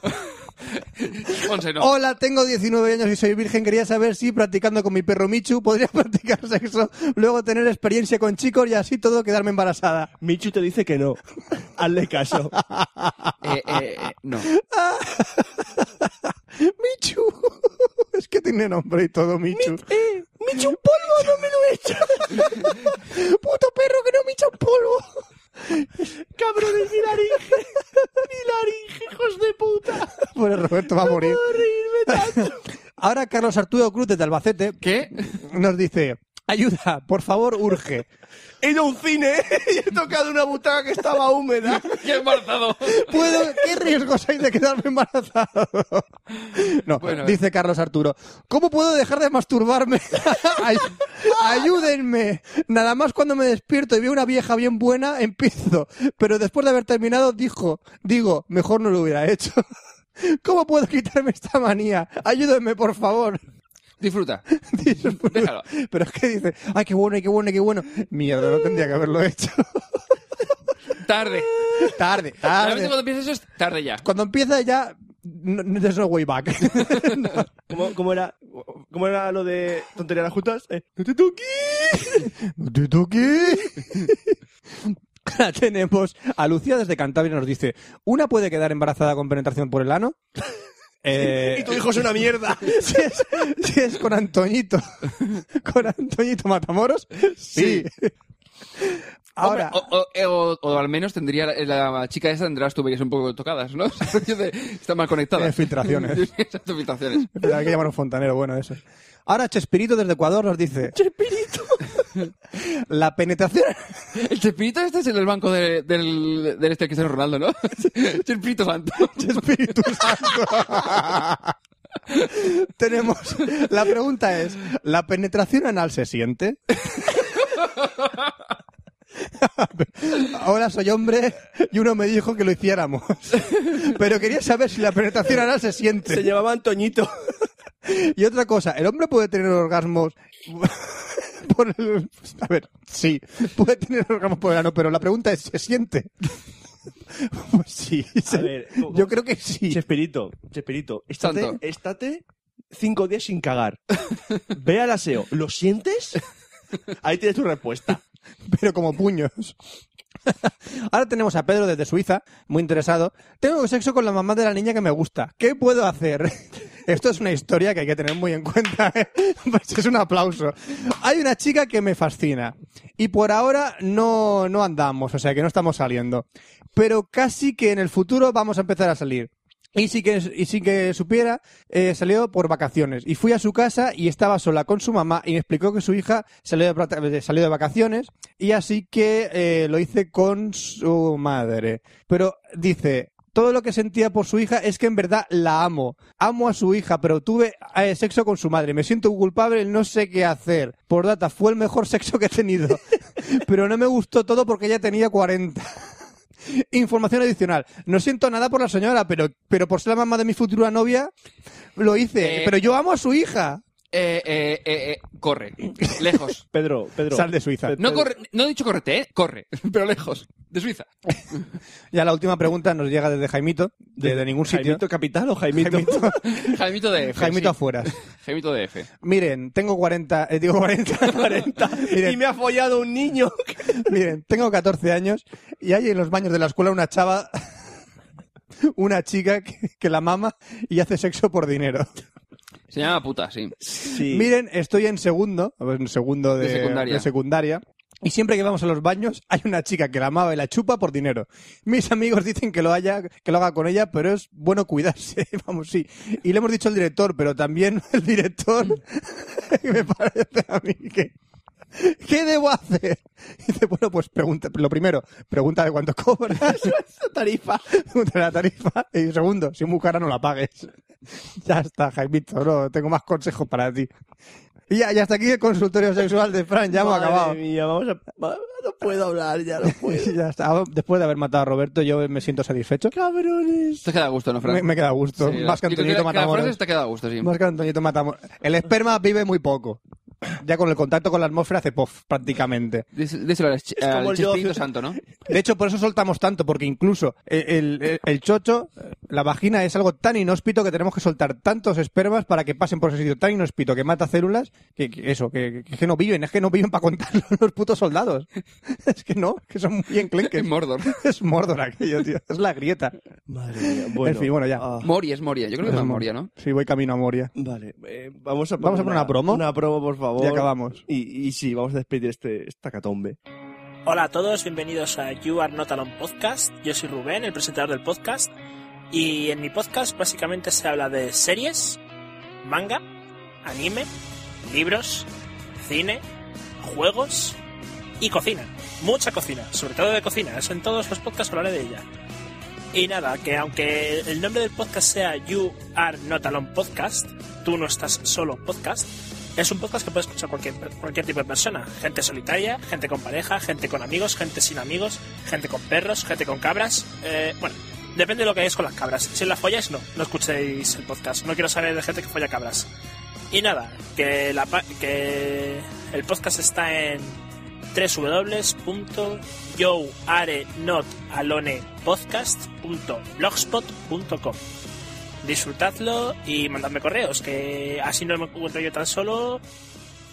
[SPEAKER 4] Monse, no.
[SPEAKER 3] Hola, tengo 19 años y soy virgen. Quería saber si practicando con mi perro Michu podría practicar sexo, luego tener experiencia con chicos y así todo quedarme embarazada.
[SPEAKER 2] Michu te dice que no. Hazle caso.
[SPEAKER 4] Eh, eh, eh, no.
[SPEAKER 3] Michu. Es que tiene nombre y todo, Michu.
[SPEAKER 2] eh, Michu, un polvo, no me lo he hecho.
[SPEAKER 3] Puto perro que no me echa un polvo.
[SPEAKER 2] Cabrones, mi laringe. Mi laringe, hijos de puta.
[SPEAKER 3] Bueno, Roberto va a morir.
[SPEAKER 2] Puedo reírme tanto.
[SPEAKER 3] Ahora Carlos Arturo Cruz de Albacete
[SPEAKER 4] ¿Qué?
[SPEAKER 3] nos dice, ayuda, por favor, urge.
[SPEAKER 2] He ido a un cine ¿eh? y he tocado una butaca que estaba húmeda.
[SPEAKER 4] ¡Qué embarazado!
[SPEAKER 3] ¿Puedo? ¿Qué riesgos hay de quedarme embarazado? No,
[SPEAKER 4] Bueno.
[SPEAKER 3] dice Carlos Arturo. ¿Cómo puedo dejar de masturbarme? Ay- ayúdenme. Nada más cuando me despierto y veo una vieja bien buena, empiezo. Pero después de haber terminado, dijo, digo, mejor no lo hubiera hecho. ¿Cómo puedo quitarme esta manía? Ayúdenme, por favor. pues,
[SPEAKER 4] Disfruta. Déjalo.
[SPEAKER 3] Pero es que dice, ay, qué bueno, ay, qué bueno, ay, qué bueno. Mierda, no tendría que haberlo hecho.
[SPEAKER 4] Tarde.
[SPEAKER 3] Tarde,
[SPEAKER 4] A veces
[SPEAKER 3] tarde.
[SPEAKER 4] cuando piensas eso es tarde ya.
[SPEAKER 3] Cuando empieza ya, no, no- there's no way back.
[SPEAKER 2] ¿Cómo, cómo era, ¿Cómo era lo de tonterías las juntas? Eh, ¡No te toqué!
[SPEAKER 3] ¿No te toqué? Ahora tenemos a Lucía desde Cantabria nos dice, ¿una puede quedar embarazada con penetración por el ano? Eh,
[SPEAKER 2] Y tu hijo es una mierda.
[SPEAKER 3] si, es, si es con Antoñito, con Antoñito Matamoros, sí. oh. Ahora,
[SPEAKER 4] Hombre, o, o- eh, o- o al menos tendría la, la chica esa tendrá las tuberías un poco tocadas, ¿no? Está mal
[SPEAKER 3] Tiene
[SPEAKER 4] conectada.
[SPEAKER 3] filtraciones.
[SPEAKER 4] Exacto, filtraciones.
[SPEAKER 3] Espera, hay que llamar a un fontanero, bueno, eso. Ahora Chespirito desde Ecuador nos dice,
[SPEAKER 2] ¡Chespirito!
[SPEAKER 3] la penetración...
[SPEAKER 4] El Chespirito este es en el banco de- del, del este Cristiano Ronaldo, ¿no? Chespirito Santo.
[SPEAKER 3] Espíritu Santo. Tenemos. La pregunta es: ¿la penetración anal se siente? Ahora soy hombre y uno me dijo que lo hiciéramos. Pero quería saber si la penetración anal se
[SPEAKER 2] Se
[SPEAKER 3] siente.
[SPEAKER 2] llamaba Antoñito.
[SPEAKER 3] Y otra cosa, ¿el hombre puede tener orgasmos por el... A ver, sí, puede tener orgasmos por el ano, pero la pregunta es, ¿se siente? Pues sí. se-
[SPEAKER 2] ver,
[SPEAKER 3] yo creo que sí.
[SPEAKER 2] Chespirito, Chespirito, estate,
[SPEAKER 4] Santo.
[SPEAKER 2] estate cinco días sin cagar. Ve al aseo. ¿Lo sientes? Ahí tienes tu respuesta.
[SPEAKER 3] pero como puños. Ahora tenemos a Pedro desde Suiza, muy interesado. Tengo sexo con la mamá de la niña que me gusta. ¿Qué puedo hacer? Esto es una historia que hay que tener muy en cuenta. ¿eh? Pues es un aplauso. Hay una chica que me fascina y por ahora no, no andamos, o sea que no estamos saliendo. Pero casi que en el futuro vamos a empezar a salir. Y sí que, y sí que supiera, eh, salió por vacaciones. Y fui a su casa y estaba sola con su mamá y me explicó que su hija salió de, plata- eh, salió de vacaciones y así que eh, lo hice con su madre. Pero dice, todo lo que sentía por su hija es que en verdad la amo. Amo a su hija, pero tuve eh, sexo con su madre. Me siento culpable, no sé qué hacer. Por data, fue el mejor sexo que he tenido. pero no me gustó todo porque ella tenía 40. Información adicional. No siento nada por la señora, pero, pero por ser la mamá de mi futura novia, lo hice.
[SPEAKER 4] Eh.
[SPEAKER 3] Pero yo amo a su hija.
[SPEAKER 4] Eh, eh, eh, eh, corre. Lejos.
[SPEAKER 2] Pedro, Pedro.
[SPEAKER 3] Sal de Suiza.
[SPEAKER 2] Pe-
[SPEAKER 4] No, corre, no he dicho correte, ¿eh? Corre. Pero lejos. De Suiza.
[SPEAKER 3] Ya la última pregunta nos llega desde Jaimito, desde ningún sitio.
[SPEAKER 2] ¿Jaimito capital o Jaimito?
[SPEAKER 4] Jaimito de F.
[SPEAKER 3] Jaimito
[SPEAKER 4] sí.
[SPEAKER 3] afuera.
[SPEAKER 4] Jaimito de F.
[SPEAKER 3] Miren, tengo 40, eh, digo 40, 40.
[SPEAKER 2] y
[SPEAKER 3] Miren,
[SPEAKER 2] me ha follado un niño.
[SPEAKER 3] miren, tengo 14 años y hay en los baños de la escuela una chava, una chica que, que la mama y hace sexo por dinero.
[SPEAKER 4] Se llama puta, sí.
[SPEAKER 2] Sí.
[SPEAKER 3] Miren, estoy en segundo, en segundo de,
[SPEAKER 4] De secundaria.
[SPEAKER 3] de secundaria, Y siempre que vamos a los baños hay una chica que la amaba y la chupa por dinero. Mis amigos dicen que lo haya, que lo haga con ella, pero es bueno cuidarse, vamos sí. Y le hemos dicho al director, pero también el director me parece a mí que ¿Qué debo hacer? Y dice, bueno, pues pregunta, lo primero, pregúntale cuánto cobras esa tarifa, pregúntale la tarifa, y segundo, si es muy cara no la pagues. Ya está, Jaimito, no, tengo más consejos para ti. Y ya, y hasta aquí el consultorio sexual de Fran, ya hemos
[SPEAKER 5] Madre
[SPEAKER 3] acabado.
[SPEAKER 5] mía, vamos a- va- No puedo hablar, ya no puedo.
[SPEAKER 3] Y ya está. Después de haber matado a Roberto, yo me siento satisfecho.
[SPEAKER 5] Cabrones.
[SPEAKER 4] Te queda a gusto, ¿no, Fran?
[SPEAKER 3] Me, me queda a gusto.
[SPEAKER 4] Sí,
[SPEAKER 3] Más que
[SPEAKER 4] yo creo la- la
[SPEAKER 3] Antonito Matamoros.
[SPEAKER 4] frase te queda a gusto, sí.
[SPEAKER 3] Más que Antonito Matamoros. El esperma vive muy poco. Ya con el contacto con la atmósfera hace pof, prácticamente.
[SPEAKER 4] Dice- Díselo al ch- al
[SPEAKER 5] como el yo.
[SPEAKER 4] Chespirito Santo, ¿no?
[SPEAKER 3] De hecho, por eso soltamos tanto, porque incluso el, el- el chocho, la vagina, es algo tan inhóspito que tenemos que soltar tantos espermas para que pasen por ese sitio tan inhóspito que mata células, que, que eso, que, que- que no viven, es que no viven para contarlo los putos soldados. Es que no, que son muy enclenques.
[SPEAKER 4] Es Mordor.
[SPEAKER 3] Es Mordor aquello, tío. Es la grieta.
[SPEAKER 5] Madre mía, bueno.
[SPEAKER 3] En fin, bueno, ya.
[SPEAKER 5] Ah,
[SPEAKER 4] Moria, es Moria. Yo creo que es
[SPEAKER 3] Mor-
[SPEAKER 4] Moria, ¿no?
[SPEAKER 3] Sí, voy camino a Moria.
[SPEAKER 5] vale, eh, vamos a
[SPEAKER 3] ¿Vamos a poner una promo?
[SPEAKER 5] Una promo, por favor.
[SPEAKER 3] Y acabamos.
[SPEAKER 5] Y, y sí, vamos a despedir este, esta catombe.
[SPEAKER 6] Hola a todos, bienvenidos a You Are Not Alone Podcast. Yo soy Rubén, el presentador del podcast. Y en mi podcast básicamente se habla de series, manga, anime, libros, cine, juegos y cocina. Mucha cocina, sobre todo de cocina. Eso en todos los podcasts hablaré de ella. Y nada, que aunque el nombre del podcast sea You Are Not Alone Podcast, tú no estás solo podcast, es un podcast que puede escuchar cualquier, cualquier tipo de persona. Gente solitaria, gente con pareja, gente con amigos, gente sin amigos, gente con perros, gente con cabras. eh, bueno, depende de lo que hagáis con las cabras. Si las folláis, no, no escuchéis el podcast. No quiero saber de gente que folla cabras. Y nada, que, la, pa- que el podcast está en www.yoarenotalonePodcast.blogspot.com Disfrutadlo y mandadme correos, que así no me encuentro yo tan solo.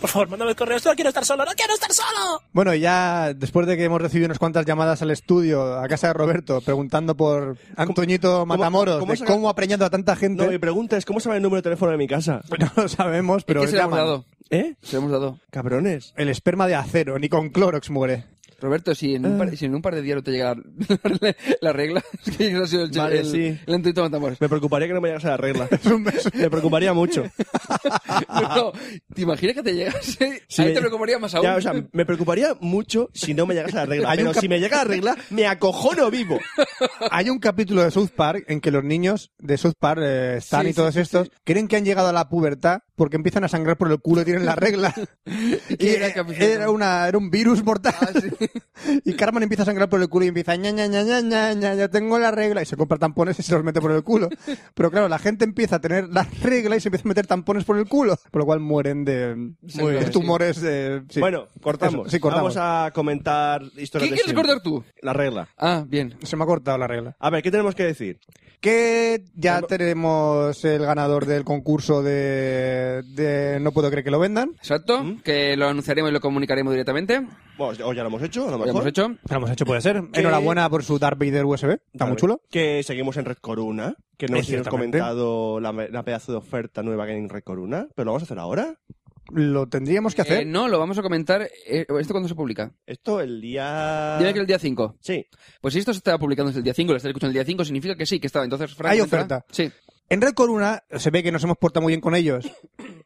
[SPEAKER 6] Por favor, mandadme correos, no quiero estar solo, no quiero estar solo.
[SPEAKER 3] Bueno, y ya después de que hemos recibido unas cuantas llamadas al estudio, a casa de Roberto, preguntando por Antoñito Matamoros,
[SPEAKER 5] cómo
[SPEAKER 3] de
[SPEAKER 5] saca-
[SPEAKER 3] cómo ha preñado a tanta gente,
[SPEAKER 5] No, mi pregunta es, ¿cómo saben el número de teléfono de mi casa?
[SPEAKER 3] no lo sabemos,
[SPEAKER 4] Pero
[SPEAKER 3] pero
[SPEAKER 4] ¿Qué se le hemos
[SPEAKER 3] llaman.
[SPEAKER 4] dado?
[SPEAKER 5] ¿Eh?
[SPEAKER 4] Se le hemos dado.
[SPEAKER 5] Cabrones.
[SPEAKER 3] el esperma de acero, ni con Clorox muere.
[SPEAKER 4] Roberto, si en, un par, si en un par de días no te llega la, la regla, es que ha sido el,
[SPEAKER 5] Vale,
[SPEAKER 4] el,
[SPEAKER 5] sí.
[SPEAKER 4] el Antonito Matamoros.
[SPEAKER 5] Me preocuparía que no me llegase la regla.
[SPEAKER 3] Es un beso.
[SPEAKER 5] Me preocuparía mucho.
[SPEAKER 4] No, ¿te imaginas que te llegase?
[SPEAKER 5] Si
[SPEAKER 4] Ahí
[SPEAKER 5] me-
[SPEAKER 4] te preocuparía más aún.
[SPEAKER 5] Ya, o sea, me preocuparía mucho si no me llegase la regla.
[SPEAKER 3] Hay
[SPEAKER 5] pero
[SPEAKER 3] un cap-
[SPEAKER 5] si me llega la regla, me acojono vivo.
[SPEAKER 3] Hay un capítulo de South Park en que los niños de South Park, eh, Stan
[SPEAKER 4] Sí,
[SPEAKER 3] y todos
[SPEAKER 4] sí, sí,
[SPEAKER 3] estos, creen que han llegado a la pubertad porque empiezan a sangrar por el culo y tienen la regla.
[SPEAKER 4] qué
[SPEAKER 3] Y eh,
[SPEAKER 4] era el capítulo? Ah,
[SPEAKER 3] era, una, era un virus mortal. Y Carmen empieza a sangrar por el culo y empieza, ña, ña, ña, ña, ña, ña, ya tengo la regla. Y se compra tampones y se los mete por el culo. Pero claro, la gente empieza a tener la regla y se empieza a meter tampones por el culo. Por lo cual mueren de,
[SPEAKER 4] Sí, claro,
[SPEAKER 3] de
[SPEAKER 4] sí.
[SPEAKER 3] tumores. eh, sí.
[SPEAKER 5] Bueno, cortamos.
[SPEAKER 3] Eso, sí, cortamos.
[SPEAKER 5] Vamos a comentar historias
[SPEAKER 4] ¿Qué
[SPEAKER 5] de
[SPEAKER 4] quieres
[SPEAKER 5] siempre.
[SPEAKER 4] cortar tú?
[SPEAKER 5] La regla.
[SPEAKER 4] Ah, bien.
[SPEAKER 3] Se me ha cortado la regla.
[SPEAKER 5] A ver, ¿qué tenemos que decir?
[SPEAKER 3] Que ya tenemos el ganador del concurso de, de No puedo creer que lo vendan.
[SPEAKER 4] Exacto, que lo anunciaremos y lo comunicaremos directamente.
[SPEAKER 5] Bueno, os- o ya lo hemos hecho, a lo
[SPEAKER 4] Lo
[SPEAKER 5] mejor.
[SPEAKER 4] hemos hecho.
[SPEAKER 3] Lo hemos hecho, puede ser. Enhorabuena por su Darth Vader USB. Está
[SPEAKER 5] Vale.
[SPEAKER 3] muy chulo.
[SPEAKER 5] Que seguimos en Red Corona. Que no
[SPEAKER 3] Eh,
[SPEAKER 5] os hemos
[SPEAKER 3] ciertamente.
[SPEAKER 5] comentado la, la pedazo de oferta nueva que hay en Red Corona. Pero lo vamos a hacer ahora.
[SPEAKER 3] Lo tendríamos que
[SPEAKER 4] Eh,
[SPEAKER 3] hacer.
[SPEAKER 4] no, lo vamos a comentar. eh, ¿Esto cuándo se publica?
[SPEAKER 5] Esto el día.
[SPEAKER 2] Ah.
[SPEAKER 4] Dime que el día 5.
[SPEAKER 5] Sí.
[SPEAKER 4] Pues si esto se está publicando desde el día 5, lo estáis escuchando el día 5, significa que sí, que estaba. Entonces, Frank,
[SPEAKER 3] Hay
[SPEAKER 4] entra-
[SPEAKER 3] oferta.
[SPEAKER 4] Sí.
[SPEAKER 3] En Red Corona se ve que nos hemos portado muy bien con ellos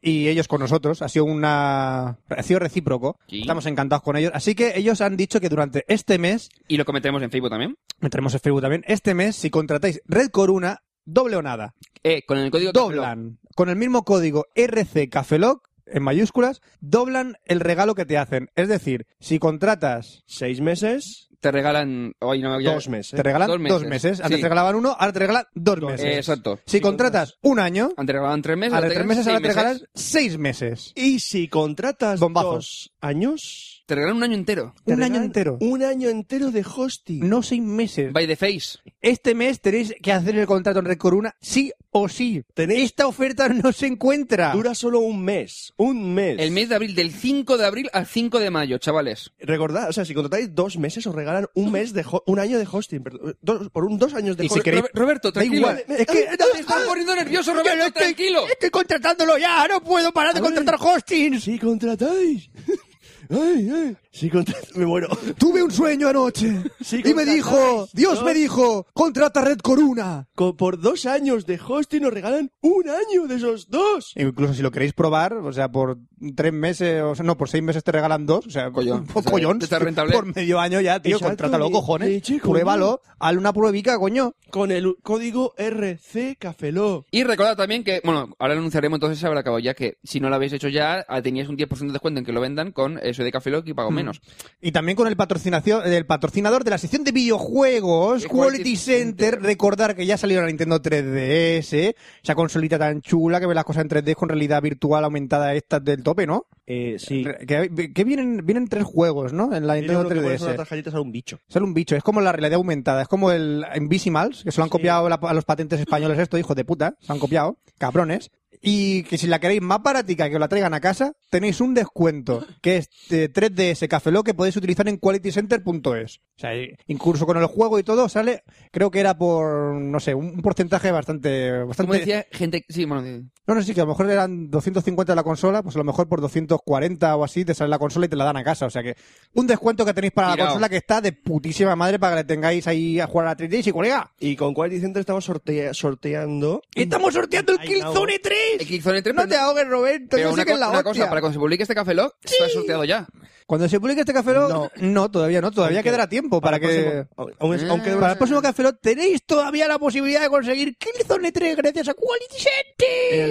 [SPEAKER 3] y ellos con nosotros. Ha sido una ha sido recíproco.
[SPEAKER 4] Sí.
[SPEAKER 3] Estamos encantados con ellos. Así que ellos han dicho que durante este mes,
[SPEAKER 4] Y lo comentaremos en Facebook también.
[SPEAKER 3] meteremos en Facebook también, este mes, si contratáis Red Corona, doble o nada.
[SPEAKER 4] Eh, con el código
[SPEAKER 3] doblan con el mismo código RCCafeloc en mayúsculas, doblan el regalo que te hacen. Es decir, si contratas,
[SPEAKER 5] Seis meses,
[SPEAKER 4] Te regalan. Ay, no, ya-
[SPEAKER 5] dos meses.
[SPEAKER 3] te regalan
[SPEAKER 4] Dos
[SPEAKER 3] dos
[SPEAKER 4] meses.
[SPEAKER 3] meses. Antes
[SPEAKER 4] Sí.
[SPEAKER 3] te regalaban uno, ahora te regalan dos meses.
[SPEAKER 4] Eh, exacto.
[SPEAKER 3] Si contratas un año,
[SPEAKER 4] Antes regalaban tres meses.
[SPEAKER 3] a los
[SPEAKER 4] te
[SPEAKER 3] tres
[SPEAKER 4] regalan
[SPEAKER 3] meses,
[SPEAKER 4] seis
[SPEAKER 3] ahora te regalan seis meses.
[SPEAKER 5] Y si contratas
[SPEAKER 3] Bombazo.
[SPEAKER 5] dos años.
[SPEAKER 4] Te regalan un año entero.
[SPEAKER 5] te
[SPEAKER 3] Un año
[SPEAKER 5] regalan
[SPEAKER 3] entero.
[SPEAKER 5] Un año entero de hosting.
[SPEAKER 3] No seis meses.
[SPEAKER 4] By the face.
[SPEAKER 3] Este mes tenéis que hacer el contrato en Red Corona sí o sí.
[SPEAKER 5] Tenéis-
[SPEAKER 3] Esta oferta no se encuentra.
[SPEAKER 5] Dura solo un mes. Un mes.
[SPEAKER 4] El mes de abril, del 5 de abril al 5 de mayo, chavales.
[SPEAKER 5] Recordad, o sea, si contratáis dos meses, os regalan un mes de ho- un año de hosting. perdón, dos- por un, dos años de
[SPEAKER 3] Y si
[SPEAKER 5] hosting.
[SPEAKER 3] queréis-
[SPEAKER 4] Robert- Roberto,
[SPEAKER 3] Da
[SPEAKER 4] tranquilo.
[SPEAKER 3] igual. Es que-
[SPEAKER 4] Te estás poniendo nervioso,
[SPEAKER 3] Que lo
[SPEAKER 4] Roberto,
[SPEAKER 3] estoy-
[SPEAKER 4] tranquilo.
[SPEAKER 3] Estoy contratándolo ya, no puedo parar de
[SPEAKER 5] A ver.
[SPEAKER 3] contratar hostings.
[SPEAKER 5] Si contratáis
[SPEAKER 2] ¡Ay, ay! Sí, contento, me muero.
[SPEAKER 3] Tuve un sueño anoche.
[SPEAKER 2] Sí,
[SPEAKER 3] y me
[SPEAKER 2] contratáis,
[SPEAKER 3] dijo, Dios
[SPEAKER 2] ¿no?
[SPEAKER 3] me dijo, contrata Red Corona.
[SPEAKER 2] Co- por dos años de hosting nos regalan un año de esos dos.
[SPEAKER 3] Incluso si lo queréis probar, o sea, por tres meses, o sea, no, por seis meses te regalan dos, o sea,
[SPEAKER 4] Collón.
[SPEAKER 3] po- collón,
[SPEAKER 4] Está rentable.
[SPEAKER 3] por medio año ya, tío,
[SPEAKER 2] Exacto,
[SPEAKER 3] contrátalo,
[SPEAKER 2] de-
[SPEAKER 3] cojones,
[SPEAKER 2] de chico,
[SPEAKER 3] pruébalo, hazle una pruebica, coño.
[SPEAKER 2] Con el u- código RC Cafeló.
[SPEAKER 4] Y recordad también que, bueno, ahora lo anunciaremos, entonces se habrá acabado ya que si no lo habéis hecho ya, ah, teníais un 10% de descuento en que lo vendan con eso de Café Lock y pago
[SPEAKER 3] Mm.
[SPEAKER 4] menos.
[SPEAKER 3] Y también con el, patrocinación, el patrocinador de la sección de videojuegos,
[SPEAKER 4] El
[SPEAKER 3] Quality,
[SPEAKER 4] Quality
[SPEAKER 3] Center.
[SPEAKER 4] Center.
[SPEAKER 3] Recordar que ya salió la Nintendo 3DS, esa consolita tan chula que ve las cosas en 3D con realidad virtual aumentada estas del tope, ¿no?
[SPEAKER 2] Eh, sí.
[SPEAKER 3] Que, que vienen, vienen tres juegos, ¿no? En la
[SPEAKER 2] Tiene
[SPEAKER 3] Nintendo
[SPEAKER 2] uno que pones
[SPEAKER 3] 3DS.
[SPEAKER 2] unas tarjetitas a un bicho.
[SPEAKER 3] Sale un bicho, es como la realidad aumentada, es como el Invisimals, que se lo han
[SPEAKER 2] Sí.
[SPEAKER 3] copiado la- a los patentes españoles esto, hijos de puta, se han copiado, cabrones. Y que si la queréis más barática que os la traigan a casa, tenéis un descuento, que es eh, 3DS Café Lock, que podéis utilizar en qualitycenter.es. O sea, y- incluso con el juego y todo, sale, creo que era por, no sé, un, un porcentaje bastante...
[SPEAKER 4] Como
[SPEAKER 3] bastante
[SPEAKER 4] decía gente... Sí, bueno... de-
[SPEAKER 3] No, no, sí, que a lo mejor eran 250 de la consola, pues a lo mejor por 240 o así te sale la consola y te la dan a casa. O sea que un descuento que tenéis para la
[SPEAKER 4] Tirao.
[SPEAKER 3] consola que está de putísima madre para que le tengáis ahí a jugar a la 3DS y colega.
[SPEAKER 2] Y con Quality Center estamos sortea- sorteando.
[SPEAKER 3] ¡Estamos sorteando el
[SPEAKER 2] Ay, no.
[SPEAKER 3] Killzone 3!
[SPEAKER 4] El Killzone 3,
[SPEAKER 3] No te
[SPEAKER 4] pero-
[SPEAKER 3] ahogues, Roberto,
[SPEAKER 4] pero
[SPEAKER 3] yo
[SPEAKER 4] una,
[SPEAKER 3] sé que
[SPEAKER 4] co-
[SPEAKER 3] es la
[SPEAKER 4] una
[SPEAKER 3] hostia.
[SPEAKER 4] cosa, para cuando se publique este Café Lock, está sorteado ya.
[SPEAKER 3] Cuando se publique este Café Lock-
[SPEAKER 2] No.
[SPEAKER 3] no. todavía no, todavía
[SPEAKER 2] Aunque-
[SPEAKER 3] quedará tiempo para,
[SPEAKER 2] el
[SPEAKER 3] que...
[SPEAKER 2] próximo- aun- aun-
[SPEAKER 4] Ah.
[SPEAKER 2] aunque
[SPEAKER 3] Para el próximo Café Lock tenéis todavía la posibilidad de conseguir Killzone 3 gracias a Quality Center.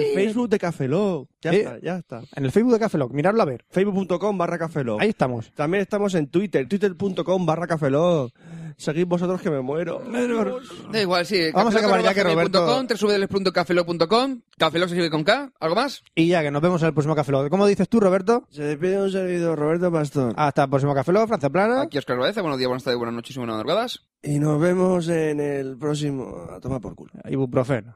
[SPEAKER 2] en el Facebook de Cafeló. Ya
[SPEAKER 3] Eh.
[SPEAKER 2] está, ya está.
[SPEAKER 3] En el Facebook de Café Lock, miradlo a ver.
[SPEAKER 2] Facebook.com barra Cafeló.
[SPEAKER 3] Ahí estamos.
[SPEAKER 2] También estamos en Twitter, twitter.com barra Cafeló. Seguid vosotros que me muero.
[SPEAKER 4] Da igual, sí.
[SPEAKER 3] Vamos a acabar ya que Roberto-
[SPEAKER 4] www.cafeloc.com, Cafeloc se escribe con K, ¿algo más?
[SPEAKER 3] Y ya, que nos vemos en el próximo Café Lock. ¿Cómo dices tú, Roberto?
[SPEAKER 2] Se despide un servidor, Roberto Pastor.
[SPEAKER 3] Hasta el próximo Café Lock, Franza Plana.
[SPEAKER 4] Aquí Oscar Baeza, buenos días, buenas tardes, buenas noches y buenas madrugadas.
[SPEAKER 2] Y nos vemos en el próximo. A tomar por culo.
[SPEAKER 3] Ibuprofeno.